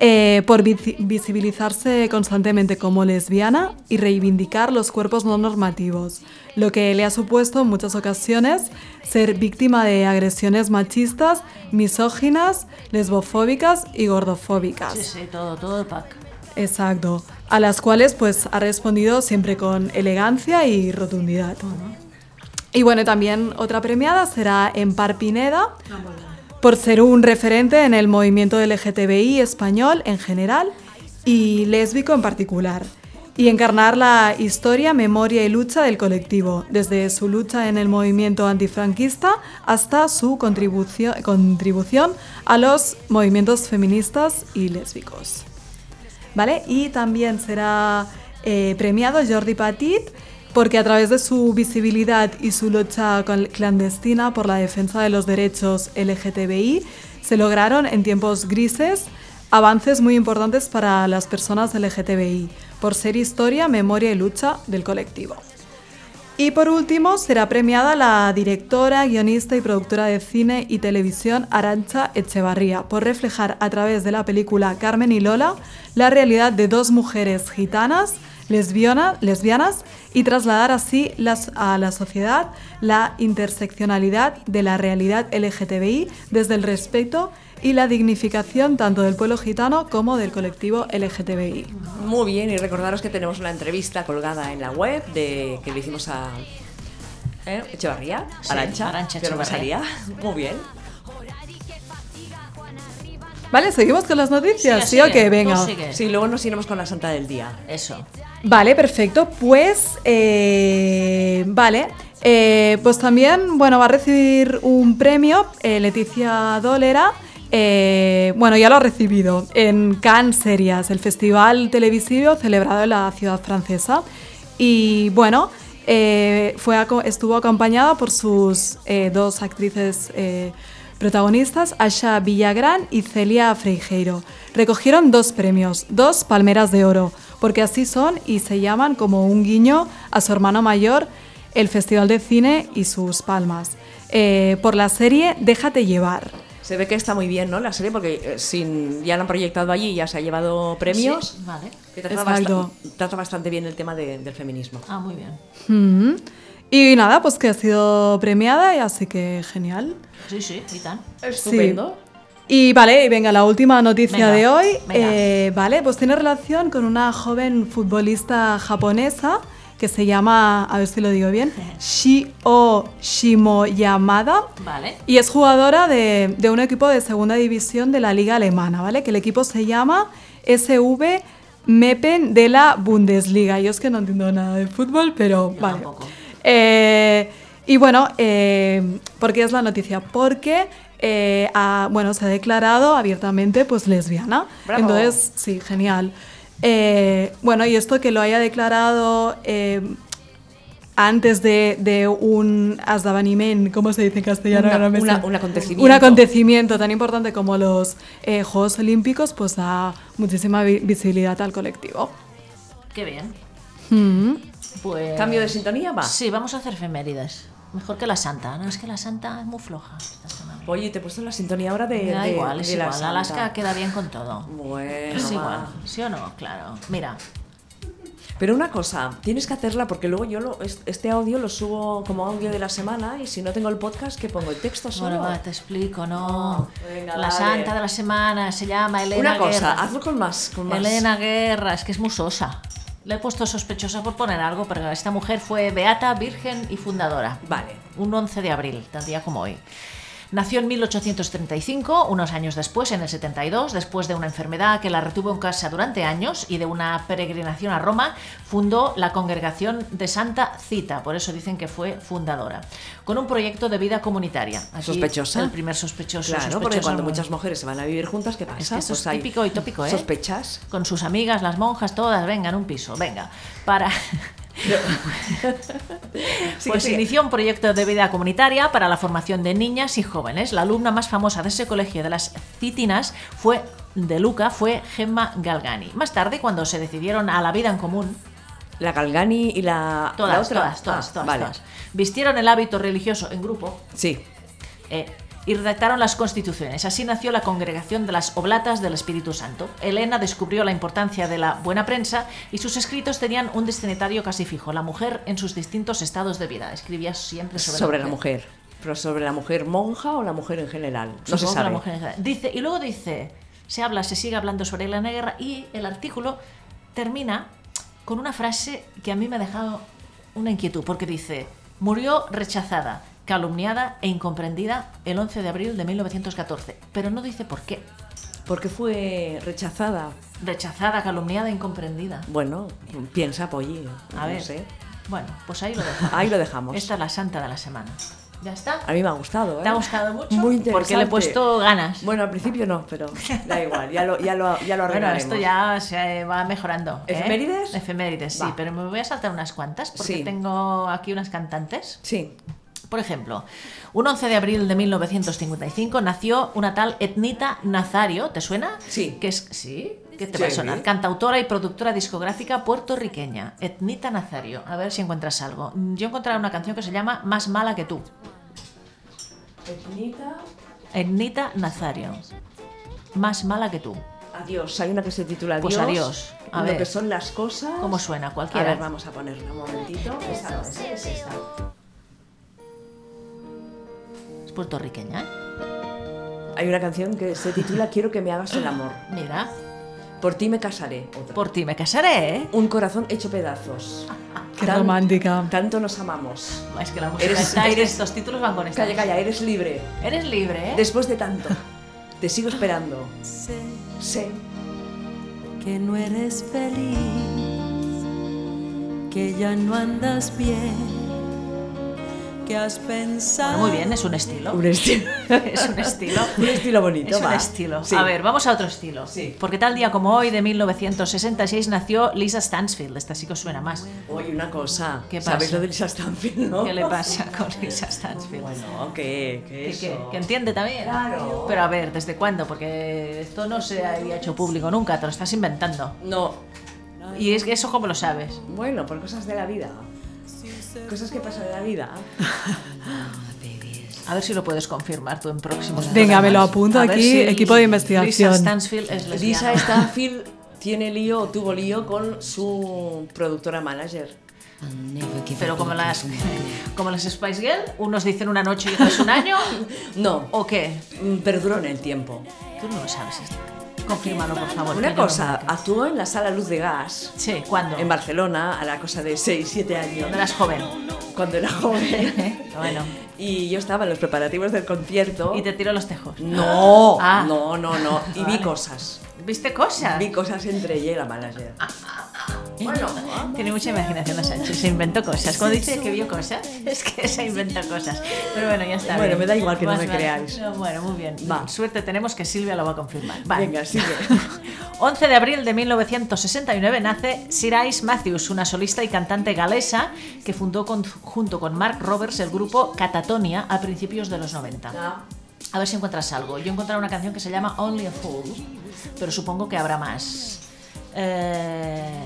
[SPEAKER 4] eh, por visi- visibilizarse constantemente como lesbiana y reivindicar los cuerpos no normativos, lo que le ha supuesto en muchas ocasiones ser víctima de agresiones machistas, misóginas, lesbofóbicas y gordofóbicas.
[SPEAKER 2] Sí, sí, todo, todo el pack.
[SPEAKER 4] Exacto, a las cuales pues ha respondido siempre con elegancia y rotundidad. Y bueno, también otra premiada será Empar Pineda por ser un referente en el movimiento LGTBI español en general y lésbico en particular y encarnar la historia, memoria y lucha del colectivo, desde su lucha en el movimiento antifranquista hasta su contribucio- contribución a los movimientos feministas y lésbicos. ¿vale? Y también será eh, premiado Jordi Patit porque a través de su visibilidad y su lucha col- clandestina por la defensa de los derechos LGTBI se lograron en tiempos grises avances muy importantes para las personas LGTBI por ser historia, memoria y lucha del colectivo. Y por último, será premiada la directora, guionista y productora de cine y televisión Arancha Echevarría por reflejar a través de la película Carmen y Lola la realidad de dos mujeres gitanas, lesbiona- lesbianas y trasladar así las- a la sociedad la interseccionalidad de la realidad LGTBI desde el respeto y la dignificación tanto del pueblo gitano como del colectivo LGTBI.
[SPEAKER 1] Muy bien, y recordaros que tenemos una entrevista colgada en la web de que le hicimos a ¿eh? Echevarría,
[SPEAKER 2] Sí,
[SPEAKER 1] Arancha,
[SPEAKER 2] Arantxa
[SPEAKER 1] pero
[SPEAKER 2] Echevarría.
[SPEAKER 1] Rosalía. Muy bien.
[SPEAKER 4] Vale, seguimos con las noticias, ¿sí,
[SPEAKER 2] sigue,
[SPEAKER 4] o qué?
[SPEAKER 2] tú
[SPEAKER 4] Venga.
[SPEAKER 2] sigue.
[SPEAKER 1] Sí, luego nos iremos con la santa del día.
[SPEAKER 2] Eso.
[SPEAKER 4] Vale, perfecto. Pues, eh, vale. Eh, pues también, bueno, va a recibir un premio eh, Leticia Dolera. Eh, bueno, ya lo ha recibido en Cannes Series, el festival televisivo celebrado en la ciudad francesa. Y bueno, eh, fue aco- estuvo acompañada por sus eh, dos actrices eh, protagonistas, Asha Villagrán y Celia Freijeiro. Recogieron dos premios, dos palmeras de oro, porque así son y se llaman como un guiño a su hermano mayor, el Festival de Cine y sus palmas, eh, por la serie Déjate llevar.
[SPEAKER 1] Se ve que está muy bien, ¿no? La serie, porque eh, sin, ya la han proyectado allí, ya se ha llevado premios.
[SPEAKER 2] Sí, vale.
[SPEAKER 1] Que trata,
[SPEAKER 4] Exacto.
[SPEAKER 1] bastan- trata bastante bien el tema de- del feminismo.
[SPEAKER 2] Ah, muy bien.
[SPEAKER 4] Mm. Y nada, pues que ha sido premiada, y así que genial.
[SPEAKER 2] Sí, sí, y tan.
[SPEAKER 4] Estupendo. Y vale, y venga, la última noticia
[SPEAKER 2] Venga,
[SPEAKER 4] de hoy.
[SPEAKER 2] venga.
[SPEAKER 4] eh, vale, pues tiene relación con una joven futbolista japonesa que se llama, a ver si lo digo bien, Shio Shimoyamada.
[SPEAKER 2] Vale.
[SPEAKER 4] Y es jugadora de, de un equipo de segunda división de la liga alemana, ¿vale? Que el equipo se llama SV Meppen de la Bundesliga. Yo es que no entiendo nada de fútbol, pero
[SPEAKER 2] Yo
[SPEAKER 4] vale.
[SPEAKER 2] tampoco.
[SPEAKER 4] Eh, y bueno, eh, ¿por qué es la noticia? Porque eh, ha- bueno, se ha declarado abiertamente pues lesbiana.
[SPEAKER 2] Bravo.
[SPEAKER 4] Entonces, sí, genial. Eh, bueno, y esto que lo haya declarado eh, antes de, de un esdeveniment, ¿cómo se dice en castellano?
[SPEAKER 1] Una-
[SPEAKER 4] Ahora me
[SPEAKER 1] una-
[SPEAKER 4] sale.
[SPEAKER 1] un acontecimiento.
[SPEAKER 4] Un acontecimiento tan importante como los eh, Juegos Olímpicos, pues da muchísima vi- visibilidad al colectivo.
[SPEAKER 2] Qué bien.
[SPEAKER 4] Mm.
[SPEAKER 1] Mm-hmm.
[SPEAKER 2] Pues...
[SPEAKER 1] ¿Cambio de sintonía? Va.
[SPEAKER 2] Sí, vamos a hacer efemérides. Mejor que la santa. No, es que la santa es muy floja esta semana.
[SPEAKER 1] Oye, te he puesto la sintonía ahora Pues de.
[SPEAKER 2] Me da
[SPEAKER 1] de-
[SPEAKER 2] igual, es
[SPEAKER 1] de la
[SPEAKER 2] igual.
[SPEAKER 1] Santa.
[SPEAKER 2] Alaska queda bien con todo.
[SPEAKER 1] Bueno,
[SPEAKER 2] Es
[SPEAKER 1] va.
[SPEAKER 2] igual, ¿sí o no? Claro. Mira,
[SPEAKER 1] Pero una cosa, tienes que hacerla porque luego yo lo- es- este audio lo subo como audio de la semana y si no tengo el podcast, que pongo el texto solo.
[SPEAKER 2] bueno, va, te explico, no.
[SPEAKER 1] Venga,
[SPEAKER 2] la
[SPEAKER 1] dale.
[SPEAKER 2] santa de la semana se llama Elena
[SPEAKER 1] una cosa,
[SPEAKER 2] Guerra.
[SPEAKER 1] hazlo con más. Con más.
[SPEAKER 2] Elena Guerra, es que es musosa. Le he puesto sospechosa por poner algo, pero esta mujer fue beata, virgen y fundadora.
[SPEAKER 1] Vale.
[SPEAKER 2] Un 11 de abril, tan día como hoy. Nació en 1835, unos años después, en el 72, después de una enfermedad que la retuvo en casa durante años y de una peregrinación a Roma, fundó la congregación de Santa Cita, por eso dicen que fue fundadora, con un proyecto de vida comunitaria. Aquí,
[SPEAKER 1] Sospechosa.
[SPEAKER 2] El primer sospechoso.
[SPEAKER 1] Claro,
[SPEAKER 2] sospechoso
[SPEAKER 1] porque cuando
[SPEAKER 2] muy-
[SPEAKER 1] muchas mujeres se van a vivir juntas, ¿qué pasa? Pues
[SPEAKER 2] que eso es
[SPEAKER 1] hay
[SPEAKER 2] típico y tópico, ¿eh?
[SPEAKER 1] Sospechas.
[SPEAKER 2] con sus amigas, las monjas, todas, vengan, un piso, venga, para...
[SPEAKER 1] Sigue,
[SPEAKER 2] pues
[SPEAKER 1] sigue.
[SPEAKER 2] inició un proyecto de vida comunitaria para la formación de niñas y jóvenes. La alumna más famosa de ese colegio de las Citinas fue de Luca fue Gemma Galgani. Más tarde, cuando se decidieron a la vida en común,
[SPEAKER 1] La Galgani y la. la
[SPEAKER 2] todas,
[SPEAKER 1] otra.
[SPEAKER 2] todas, todas,
[SPEAKER 1] Ah,
[SPEAKER 2] todas,
[SPEAKER 1] vale.
[SPEAKER 2] todas, vistieron el hábito religioso en grupo
[SPEAKER 1] Sí.
[SPEAKER 2] eh, y redactaron las constituciones. Así nació la congregación de las Oblatas del Espíritu Santo. Elena descubrió la importancia de la buena prensa y sus escritos tenían un destinatario casi fijo, la mujer en sus distintos estados de vida. Escribía siempre sobre,
[SPEAKER 1] Sobre la mujer. Pero sobre la mujer monja o la mujer en general. No se
[SPEAKER 2] Supongo que la
[SPEAKER 1] sabe.
[SPEAKER 2] mujer en general. Dice, y luego dice, se habla, se sigue hablando sobre Elena Guerra y el artículo termina con una frase que a mí me ha dejado una inquietud, porque dice, murió rechazada, calumniada e incomprendida el 11 de abril de 1914, pero no dice por qué.
[SPEAKER 1] Porque fue rechazada.
[SPEAKER 2] Rechazada, calumniada, e incomprendida.
[SPEAKER 1] Bueno, piensa, Polly.
[SPEAKER 2] A
[SPEAKER 1] no
[SPEAKER 2] ver,
[SPEAKER 1] sé.
[SPEAKER 2] bueno, pues ahí lo dejamos.
[SPEAKER 1] Ahí lo dejamos.
[SPEAKER 2] Esta es la santa de la semana. ¿Ya está?
[SPEAKER 1] A mí me ha gustado, ¿eh?
[SPEAKER 2] ¿Te ha gustado mucho?
[SPEAKER 1] Muy
[SPEAKER 2] Porque le he
[SPEAKER 1] interesante.
[SPEAKER 2] puesto ganas.
[SPEAKER 1] Bueno, al principio no, pero da igual, ya lo, ya lo, ya lo
[SPEAKER 2] Bueno,
[SPEAKER 1] arreglaremos.
[SPEAKER 2] esto ya se va mejorando. ¿eh?
[SPEAKER 1] ¿Efemérides?
[SPEAKER 2] Efemérides, sí,
[SPEAKER 1] Va.
[SPEAKER 2] pero me voy a saltar unas cuantas porque
[SPEAKER 1] Sí.
[SPEAKER 2] tengo aquí unas cantantes.
[SPEAKER 1] Sí,
[SPEAKER 2] Por ejemplo, un 11 de abril de 1955 nació una tal Etnita Nazario, ¿te suena?
[SPEAKER 1] Sí.
[SPEAKER 2] Que es, ¿Sí? ¿Qué te va a
[SPEAKER 1] Sí.
[SPEAKER 2] sonar? Cantautora y productora discográfica puertorriqueña, Etnita Nazario. A ver si encuentras algo. Yo encontré una canción que se llama Más mala que tú. Etnita Nazario. Más mala que tú.
[SPEAKER 1] adiós. Hay una que se titula Adiós.
[SPEAKER 2] Pues adiós. A
[SPEAKER 1] lo
[SPEAKER 2] ver.
[SPEAKER 1] que son las cosas.
[SPEAKER 2] ¿Cómo suena?
[SPEAKER 1] A
[SPEAKER 2] Cualquiera.
[SPEAKER 1] ver, vamos a ponerla un momentito. Esa no, esa es esta.
[SPEAKER 2] Es puertorriqueña, ¿eh?
[SPEAKER 1] Hay una canción que se titula Quiero que me hagas el amor.
[SPEAKER 2] Mira,
[SPEAKER 1] Por ti me casaré. Otra.
[SPEAKER 2] por ti me casaré, ¿eh?
[SPEAKER 1] Un corazón hecho pedazos.
[SPEAKER 4] Qué
[SPEAKER 1] Tan-
[SPEAKER 4] romántica.
[SPEAKER 1] Tanto nos amamos.
[SPEAKER 2] Es que la música
[SPEAKER 1] Eres-
[SPEAKER 2] está, es que
[SPEAKER 1] eres-
[SPEAKER 2] estos títulos van con esta.
[SPEAKER 1] Calla, calla, eres libre.
[SPEAKER 2] Eres libre, ¿eh?
[SPEAKER 1] Después de tanto, te sigo esperando.
[SPEAKER 7] Sé
[SPEAKER 1] Sé
[SPEAKER 7] que no eres feliz, que ya no andas bien, que has pensado.
[SPEAKER 2] Bueno, muy bien, es un estilo.
[SPEAKER 1] un estilo,
[SPEAKER 2] Es un estilo.
[SPEAKER 1] un estilo bonito.
[SPEAKER 2] Es un
[SPEAKER 1] va.
[SPEAKER 2] estilo.
[SPEAKER 1] Sí.
[SPEAKER 2] A ver, vamos a otro estilo.
[SPEAKER 1] Sí.
[SPEAKER 2] Porque tal día como hoy, de 1966, nació Lisa Stansfield. Esta sí que os suena más.
[SPEAKER 1] Oye, una cosa.
[SPEAKER 2] ¿Qué
[SPEAKER 1] ¿Sabéis
[SPEAKER 2] pasa?
[SPEAKER 1] lo de Lisa Stanfield, no?
[SPEAKER 2] ¿Qué le pasa con Lisa Stansfield?
[SPEAKER 1] Oh, Bueno, que, que
[SPEAKER 2] Que-
[SPEAKER 1] eso.
[SPEAKER 2] que, que entiende también.
[SPEAKER 1] Claro.
[SPEAKER 2] Pero a ver, ¿desde cuándo? Porque esto no se había hecho público nunca, te lo estás inventando.
[SPEAKER 1] No.
[SPEAKER 2] Y es que eso, ¿cómo lo sabes?
[SPEAKER 1] Bueno, por cosas de la vida. Cosas que pasan en la vida.
[SPEAKER 2] A ver si lo puedes confirmar tú en próximos
[SPEAKER 4] Venga, me lo
[SPEAKER 2] programas.
[SPEAKER 4] apunto
[SPEAKER 2] A ver
[SPEAKER 4] aquí, equipo de investigación.
[SPEAKER 2] Lisa Stansfield es
[SPEAKER 1] Lisa
[SPEAKER 2] lesbiana.
[SPEAKER 1] Stanfield tiene lío o tuvo lío con su productora manager.
[SPEAKER 2] Pero como las, como las Spice Girl, unos dicen una noche y otros un año,
[SPEAKER 1] No,
[SPEAKER 2] ¿o qué?
[SPEAKER 1] mm, perduró en el tiempo.
[SPEAKER 2] Tú no lo sabes esto. Confírmalo, por favor. que
[SPEAKER 1] Una
[SPEAKER 2] yo no-
[SPEAKER 1] cosa, actuó en la sala Luz de Gas
[SPEAKER 2] Sí, ¿cuándo?
[SPEAKER 1] en Barcelona a la cosa de 6, 7 años,
[SPEAKER 2] Cuando eras joven.
[SPEAKER 1] cuando era joven.
[SPEAKER 2] Bueno.
[SPEAKER 1] Y yo estaba en los preparativos del concierto.
[SPEAKER 2] Y te tiro los tejos.
[SPEAKER 1] No,
[SPEAKER 2] Ah.
[SPEAKER 1] no, no, no. Y vi
[SPEAKER 2] Vale.
[SPEAKER 1] cosas.
[SPEAKER 2] ¿Viste cosas?
[SPEAKER 1] Vi cosas entre ella y la manager.
[SPEAKER 2] Ah, Bueno, tiene mucha imaginación la Sánchez, se inventó cosas. Cuando dice que vio cosas, es que se inventa cosas. Pero bueno, ya está.
[SPEAKER 1] Bueno,
[SPEAKER 2] bien.
[SPEAKER 1] me da igual que no
[SPEAKER 2] Más
[SPEAKER 1] me
[SPEAKER 2] vale.
[SPEAKER 1] creáis.
[SPEAKER 2] No, bueno, muy bien.
[SPEAKER 1] Va.
[SPEAKER 2] Suerte tenemos que Silvia lo va a confirmar. Va.
[SPEAKER 1] Venga, sigue.
[SPEAKER 2] 11 de abril de 1969 nace Sirais Matthews, una solista y cantante galesa que fundó con- junto con Mark Roberts el grupo Catatonia a principios de los 90. A ver si encuentras algo. Yo encontré una canción que se llama Only a Fool, pero supongo que habrá más. Eh,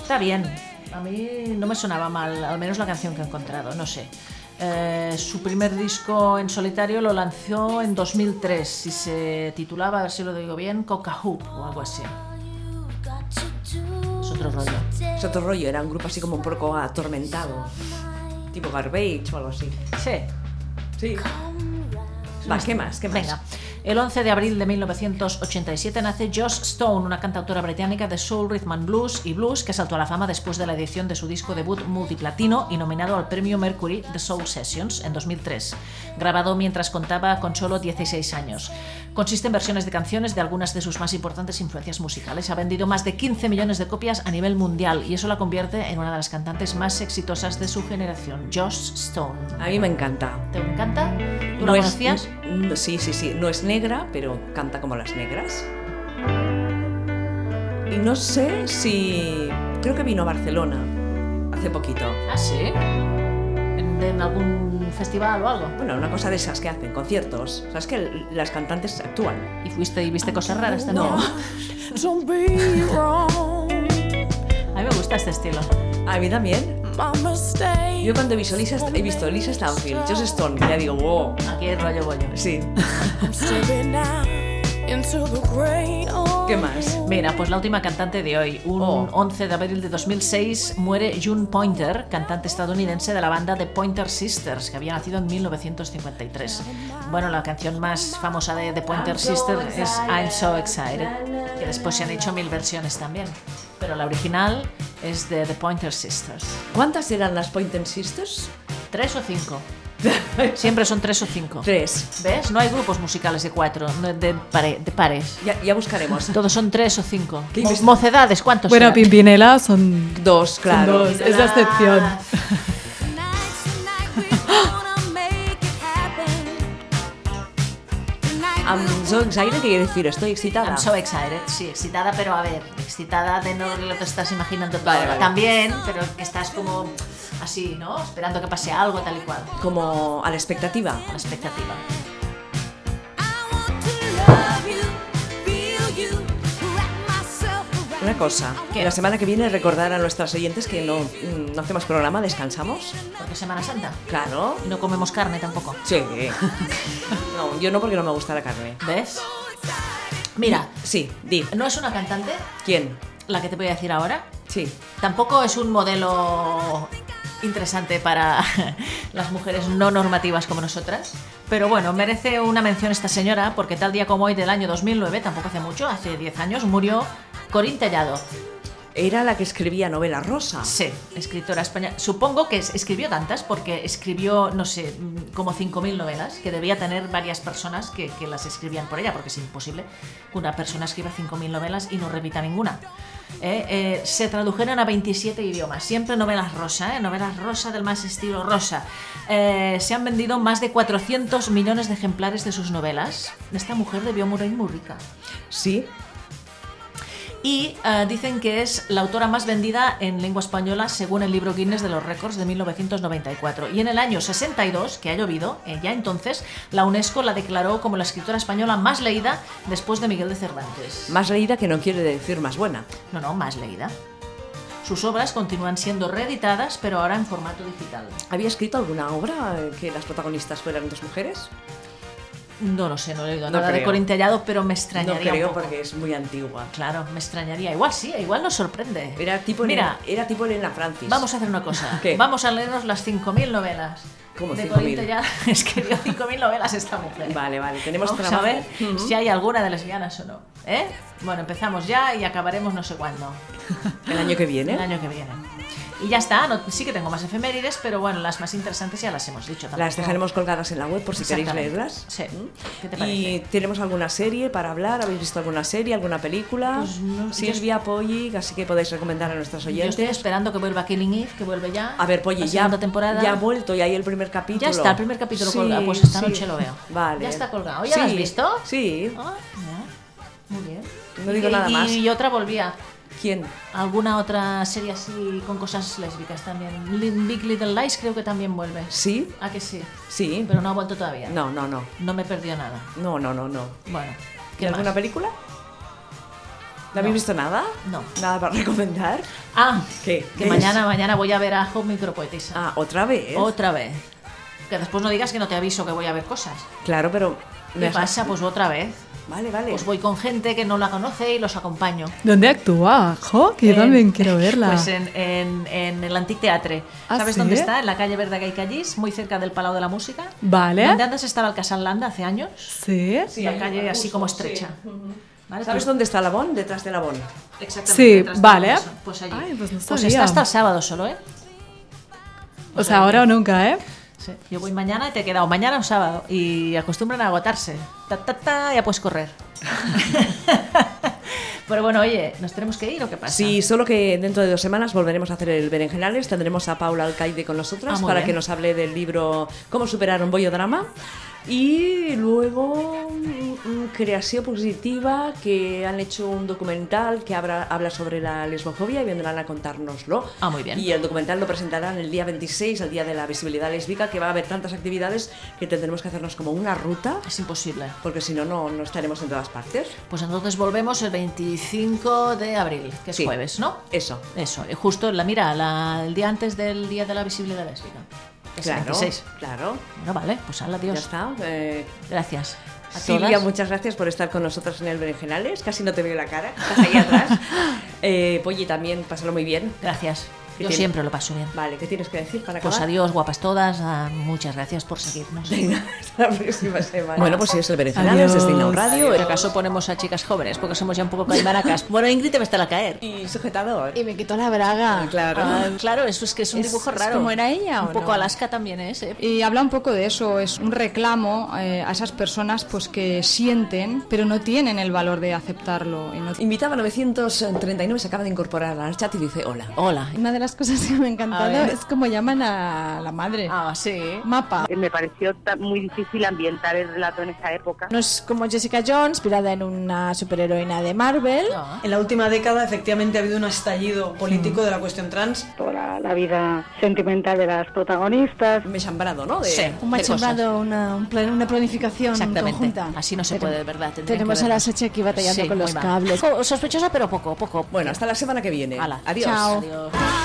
[SPEAKER 2] está bien. A mí no me sonaba mal, al menos la canción que he encontrado, no sé. Eh, su primer disco en solitario lo lanzó en 2003 y se titulaba, a ver si lo digo bien, Coca Hoop o algo así. Es otro rollo.
[SPEAKER 1] Es otro rollo, era un grupo así como un poco atormentado. Tipo Garbage o algo así.
[SPEAKER 2] Sí,
[SPEAKER 1] Sí. Va, ¿qué más? ¿Qué más?
[SPEAKER 2] Venga. El 11 de abril de 1987 nace Joss Stone, una cantautora británica de soul, rhythm and blues y blues que saltó a la fama después de la edición de su disco debut multiplatino y nominado al premio Mercury The Soul Sessions en 2003, grabado mientras contaba con solo 16 años. Consiste en versiones de canciones de algunas de sus más importantes influencias musicales. Ha vendido más de 15 millones de copias a nivel mundial y eso la convierte en una de las cantantes más exitosas de su generación, Joss Stone.
[SPEAKER 1] A mí me encanta.
[SPEAKER 2] ¿Te encanta? ¿Tú
[SPEAKER 1] No
[SPEAKER 2] la
[SPEAKER 1] es-
[SPEAKER 2] conocías?
[SPEAKER 1] no- sí, sí, sí. No es negra, pero canta como las negras. Y no sé si. Creo que vino a Barcelona hace poquito.
[SPEAKER 2] ¿Ah, sí? ¿En, en algún festival o algo?
[SPEAKER 1] Bueno, una cosa de esas que hacen, conciertos. Sabes que l- las cantantes actúan.
[SPEAKER 2] ¿Y fuiste y viste cosas raras también?
[SPEAKER 1] No.
[SPEAKER 7] Don't be wrong,
[SPEAKER 2] A mí me gusta este estilo.
[SPEAKER 1] A mí también.
[SPEAKER 7] my mistake.
[SPEAKER 1] Yo cuando visualizo, he visto Lisa Stanfield, Joss Stone, ya digo, wow.
[SPEAKER 2] Aquí hay rollo bollo.
[SPEAKER 1] Sí.
[SPEAKER 7] Stepping out into the great
[SPEAKER 1] ¿Qué más?
[SPEAKER 2] Mira, pues la última cantante de hoy. Un
[SPEAKER 1] Oh.
[SPEAKER 2] 11 de abril de 2006 muere June Pointer, cantante estadounidense de la banda The Pointer Sisters, que había nacido en 1953. Bueno, la canción más famosa de The Pointer Sisters es I'm So Excited, que después se han hecho mil versiones también. Pero la original es de The Pointer Sisters.
[SPEAKER 1] ¿Cuántas eran las Point and Sisters?
[SPEAKER 2] ¿Tres o cinco? Siempre son tres o cinco.
[SPEAKER 1] Tres.
[SPEAKER 2] ¿Ves? No hay grupos musicales de cuatro, no, de, pare- de pares.
[SPEAKER 1] Ya, ya buscaremos.
[SPEAKER 2] Todos son tres o cinco.
[SPEAKER 1] ¿Qué
[SPEAKER 2] Mo-
[SPEAKER 1] investi-
[SPEAKER 2] mocedades, ¿cuántos
[SPEAKER 1] Pues,
[SPEAKER 4] Bueno,
[SPEAKER 1] eh,
[SPEAKER 2] eran?
[SPEAKER 4] Pimpinela son
[SPEAKER 1] Dos, claro.
[SPEAKER 4] dos, es la excepción.
[SPEAKER 1] I'm so excited, ¿qué quiere decir? Estoy excitada.
[SPEAKER 2] I'm so excited, sí, excitada, pero a ver, excitada de no lo que te estás imaginando
[SPEAKER 1] Vale,
[SPEAKER 2] ahora.
[SPEAKER 1] vale.
[SPEAKER 2] También, pero que estás como así, ¿no? Esperando que pase algo tal y cual.
[SPEAKER 1] Como a la expectativa.
[SPEAKER 2] Con expectativa.
[SPEAKER 1] Una cosa,
[SPEAKER 2] ¿Qué?
[SPEAKER 1] la semana que viene recordar a nuestras oyentes que no, mm, no hacemos programa, descansamos.
[SPEAKER 2] Porque es Semana Santa.
[SPEAKER 1] Claro.
[SPEAKER 2] Y no comemos carne tampoco.
[SPEAKER 1] Sí. No, yo no porque no me gusta la carne.
[SPEAKER 2] ¿Ves? Mira,
[SPEAKER 1] Sí, di.
[SPEAKER 2] no es una cantante
[SPEAKER 1] ¿Quién?
[SPEAKER 2] la que te voy a decir ahora,
[SPEAKER 1] Sí.
[SPEAKER 2] Tampoco es un modelo interesante para las mujeres no normativas como nosotras, pero bueno, merece una mención esta señora porque tal día como hoy del año 2009, tampoco hace mucho, hace 10 años, murió Corín Tellado.
[SPEAKER 1] Era la que escribía novela rosa.
[SPEAKER 2] Sí, escritora española. Supongo que es- escribió tantas porque escribió, no sé, mm, como 5.000 novelas que debía tener varias personas que, que las escribían por ella, porque es imposible que una persona escriba 5.000 novelas y no repita ninguna. Eh, eh, se tradujeron a 27 idiomas, siempre novelas rosa, eh, novelas rosa del más estilo rosa. Eh, se han vendido más de 400 millones de ejemplares de sus novelas. Esta mujer debió morir muy rica
[SPEAKER 1] Sí.
[SPEAKER 2] y eh, dicen que es la autora más vendida en lengua española según el libro Guinness de los récords de 1994. Y en el año 62, que ha llovido, eh, ya entonces, la UNESCO la declaró como la escritora española más leída después de Miguel de Cervantes.
[SPEAKER 1] Más leída que no quiere decir más buena.
[SPEAKER 2] No, no, más leída. Sus obras continúan siendo reeditadas, pero ahora en formato digital.
[SPEAKER 1] ¿Había escrito alguna obra eh, que las protagonistas fueran dos mujeres?
[SPEAKER 2] No lo sé, no he leído
[SPEAKER 1] No
[SPEAKER 2] nada de
[SPEAKER 1] creo.
[SPEAKER 2] Corín Tellado, pero me
[SPEAKER 1] No
[SPEAKER 2] extrañaría. un
[SPEAKER 1] creo
[SPEAKER 2] poco.
[SPEAKER 1] porque es muy antigua.
[SPEAKER 2] Claro, me extrañaría. Igual sí, igual nos sorprende.
[SPEAKER 1] Era tipo
[SPEAKER 2] Mira,
[SPEAKER 1] Elena, era tipo Elena Francis.
[SPEAKER 2] vamos a hacer una cosa.
[SPEAKER 1] ¿Qué?
[SPEAKER 2] Vamos a leernos las 5.000 novelas.
[SPEAKER 1] ¿Cómo
[SPEAKER 2] de
[SPEAKER 1] 5.000?
[SPEAKER 2] Corín Tellado. Escribió 5.000 novelas esta mujer.
[SPEAKER 1] Vale, vale, tenemos
[SPEAKER 2] Vamos a
[SPEAKER 1] trabajo.
[SPEAKER 2] ver
[SPEAKER 1] Ujú.
[SPEAKER 2] si hay alguna de lesbianas o no. ¿eh? Bueno, empezamos ya y acabaremos no sé cuándo.
[SPEAKER 1] El año que viene.
[SPEAKER 2] El año que viene. Y ya está, no- sí que tengo más efemérides, pero bueno, las más interesantes ya las hemos dicho. tampoco-
[SPEAKER 1] Las dejaremos colgadas en la web por si queréis
[SPEAKER 2] Exactamente.
[SPEAKER 1] leerlas.
[SPEAKER 2] Sí.
[SPEAKER 1] ¿Mm?
[SPEAKER 2] ¿Qué te parece?
[SPEAKER 1] ¿Y tenemos alguna serie para hablar? ¿Habéis visto alguna serie, alguna película?
[SPEAKER 2] Pues no,
[SPEAKER 1] Silvia, Polly, así que podéis recomendar a nuestros
[SPEAKER 2] Yo estoy
[SPEAKER 1] oyentes.
[SPEAKER 2] esperando que vuelva Killing Eve, que vuelve ya.
[SPEAKER 1] A ver, Polly,
[SPEAKER 2] la
[SPEAKER 1] ya,
[SPEAKER 2] segunda temporada.
[SPEAKER 1] ya ha vuelto y hay el primer capítulo.
[SPEAKER 2] Ya está, el primer capítulo
[SPEAKER 1] Sí,
[SPEAKER 2] colgado. Pues esta
[SPEAKER 1] sí.
[SPEAKER 2] noche lo veo.
[SPEAKER 1] Vale.
[SPEAKER 2] Ya está colgado. ¿Ya lo has
[SPEAKER 1] Sí,
[SPEAKER 2] visto?
[SPEAKER 1] Sí.
[SPEAKER 2] Ah, ya. Muy bien.
[SPEAKER 1] No digo
[SPEAKER 2] Y-
[SPEAKER 1] nada
[SPEAKER 2] y-
[SPEAKER 1] más.
[SPEAKER 2] Y otra volvía.
[SPEAKER 1] ¿Quién?
[SPEAKER 2] Alguna otra serie así con cosas lésbicas también. Li- Big Little Lies creo que también vuelve.
[SPEAKER 1] ¿Sí?
[SPEAKER 2] ¿A que sí?
[SPEAKER 1] Sí.
[SPEAKER 2] Pero no ha vuelto todavía.
[SPEAKER 1] No, no, no.
[SPEAKER 2] No me perdió nada.
[SPEAKER 1] No, no, no, no.
[SPEAKER 2] Bueno.
[SPEAKER 1] ¿Y
[SPEAKER 2] ¿Qué más?
[SPEAKER 1] alguna película? ¿No habéis
[SPEAKER 2] No.
[SPEAKER 1] visto nada?
[SPEAKER 2] No.
[SPEAKER 1] ¿Nada para recomendar?
[SPEAKER 2] Ah,
[SPEAKER 1] ¿Qué?
[SPEAKER 2] que
[SPEAKER 1] ¿Qué
[SPEAKER 2] mañana, mañana voy a ver a Home Micropoetisa.
[SPEAKER 1] Ah, ¿otra vez?
[SPEAKER 2] Otra vez. Que después no digas que no te aviso que voy a ver cosas.
[SPEAKER 1] Claro, pero... me
[SPEAKER 2] ¿Qué
[SPEAKER 1] has-
[SPEAKER 2] pasa? Pues otra vez.
[SPEAKER 1] Vale, vale.
[SPEAKER 2] Pues voy con gente que no la conoce y los acompaño.
[SPEAKER 4] ¿Dónde actúa? Jo,
[SPEAKER 1] Eh,
[SPEAKER 4] que yo
[SPEAKER 2] En-
[SPEAKER 4] también quiero verla.
[SPEAKER 2] Pues en, en- en el Antic Teatre.
[SPEAKER 4] Ah,
[SPEAKER 2] ¿Sabes
[SPEAKER 4] ¿sí?
[SPEAKER 2] dónde está? En la calle Verdaguer y Callís, muy cerca del Palau de la Música.
[SPEAKER 4] Vale.
[SPEAKER 2] ¿Dónde antes estaba el Casal Landa hace años?
[SPEAKER 4] Sí.
[SPEAKER 2] la calle así como estrecha. ¿Vale?
[SPEAKER 1] ¿Sabes
[SPEAKER 2] Pues-
[SPEAKER 1] dónde está la Bon? Detrás de la Bon.
[SPEAKER 2] Exactamente.
[SPEAKER 4] Sí,
[SPEAKER 2] detrás de
[SPEAKER 4] vale.
[SPEAKER 2] eso. Pues allí.
[SPEAKER 4] Ay, pues no
[SPEAKER 2] Pues
[SPEAKER 4] sabía.
[SPEAKER 2] está hasta el sábado solo, ¿eh?
[SPEAKER 4] O sea, ahora o nunca, ¿eh?
[SPEAKER 2] Sí. Yo voy mañana y te he quedado mañana o sábado. Y acostumbran a agotarse. Ta, ta, ta, ya puedes correr. Pero bueno, oye, ¿nos tenemos que ir o qué pasa?
[SPEAKER 1] Sí, solo que dentro de dos semanas volveremos a hacer el Berenjenales. Tendremos a Paula Alcaide con nosotras
[SPEAKER 2] Ah, muy
[SPEAKER 1] para
[SPEAKER 2] bien.
[SPEAKER 1] que nos hable del libro Cómo superar un bollo drama. Y luego mm, mm, Creación Positiva, que han hecho un documental que habla, habla sobre la lesbofobia y vendrán a contárnoslo.
[SPEAKER 2] Ah, muy bien.
[SPEAKER 1] Y el documental lo presentarán el día 26, el día de la visibilidad lésbica, que va a haber tantas actividades que tendremos que hacernos como una ruta,
[SPEAKER 2] Es imposible.
[SPEAKER 1] porque si no, no no estaremos en todas partes.
[SPEAKER 2] Pues entonces volvemos el 25 de abril, que es
[SPEAKER 1] Sí.
[SPEAKER 2] jueves, ¿no?
[SPEAKER 1] Eso.
[SPEAKER 2] Eso, eh, justo en la mira, la- el día antes del día de la visibilidad lésbica. Es el
[SPEAKER 1] Claro,
[SPEAKER 2] 26.
[SPEAKER 1] claro.
[SPEAKER 2] Bueno, vale, pues hala,
[SPEAKER 1] Ya
[SPEAKER 2] adiós.
[SPEAKER 1] está. eh,
[SPEAKER 2] Gracias. A
[SPEAKER 1] Silvia,
[SPEAKER 2] todas.
[SPEAKER 1] muchas gracias por estar con nosotros en el Berenjenales. Casi no te veo la cara, estás ahí atrás. Eh, Polly, también, pásalo muy bien.
[SPEAKER 2] Gracias.
[SPEAKER 1] Que
[SPEAKER 2] Yo
[SPEAKER 1] tiene-
[SPEAKER 2] siempre lo paso bien.
[SPEAKER 1] Vale, ¿qué tienes que decir para
[SPEAKER 2] Pues
[SPEAKER 1] acabar?
[SPEAKER 2] adiós, guapas todas. ah, Muchas gracias por seguirnos.
[SPEAKER 1] Venga, hasta la próxima semana. Bueno, pues es el
[SPEAKER 4] Berenjenales desde Adiós. Inau
[SPEAKER 2] Radio, por
[SPEAKER 1] este
[SPEAKER 2] acaso ponemos a chicas jóvenes, porque somos ya un poco calmaracas. Bueno, Ingrid te va a estar a caer.
[SPEAKER 1] Y sujetador.
[SPEAKER 8] Y me quitó la braga.
[SPEAKER 1] Claro.
[SPEAKER 2] Ah, claro, eso es que es un
[SPEAKER 8] Es-
[SPEAKER 2] dibujo
[SPEAKER 8] es
[SPEAKER 2] raro.
[SPEAKER 8] como era ella, ¿o
[SPEAKER 2] Un poco
[SPEAKER 8] no?
[SPEAKER 2] Alaska también es, ¿eh?
[SPEAKER 8] Y habla un poco de eso, es un reclamo eh, a esas personas pues que sienten, pero no tienen el valor de aceptarlo. y no-
[SPEAKER 1] Invitaba 939, se acaba de incorporar al chat y dice hola.
[SPEAKER 2] Hola.
[SPEAKER 8] Una de las cosas que me ha
[SPEAKER 2] A
[SPEAKER 8] encantado
[SPEAKER 2] ver.
[SPEAKER 8] es como llaman a la madre.
[SPEAKER 2] Ah, sí.
[SPEAKER 8] Mapa.
[SPEAKER 9] Eh, Me pareció ta- muy difícil ambientar el relato en esa época.
[SPEAKER 8] No es como Jessica Jones, inspirada en una superheroína de Marvel.
[SPEAKER 2] No.
[SPEAKER 10] En la última década, efectivamente, ha habido un estallido
[SPEAKER 7] Mm.
[SPEAKER 10] político de la cuestión trans.
[SPEAKER 9] La, la vida sentimental de las protagonistas.
[SPEAKER 1] Me he chambrado, ¿no? De-
[SPEAKER 2] Sí,
[SPEAKER 8] Un
[SPEAKER 2] de cosas.
[SPEAKER 8] machembrado, una, un plan- una planificación
[SPEAKER 2] Exactamente.
[SPEAKER 8] conjunta.
[SPEAKER 2] Así no se
[SPEAKER 8] Pero-
[SPEAKER 2] puede, de verdad. Tendrían
[SPEAKER 8] Tenemos
[SPEAKER 2] que
[SPEAKER 8] a la
[SPEAKER 2] vernos.
[SPEAKER 8] Sachi aquí batallando
[SPEAKER 2] Sí,
[SPEAKER 8] con los
[SPEAKER 2] muy mal.
[SPEAKER 8] cables.
[SPEAKER 2] Jo, Sospechosa, pero poco, poco.
[SPEAKER 1] Bueno, hasta la semana que viene.
[SPEAKER 2] Hala.
[SPEAKER 1] Adiós.
[SPEAKER 8] Chao.
[SPEAKER 2] Adiós.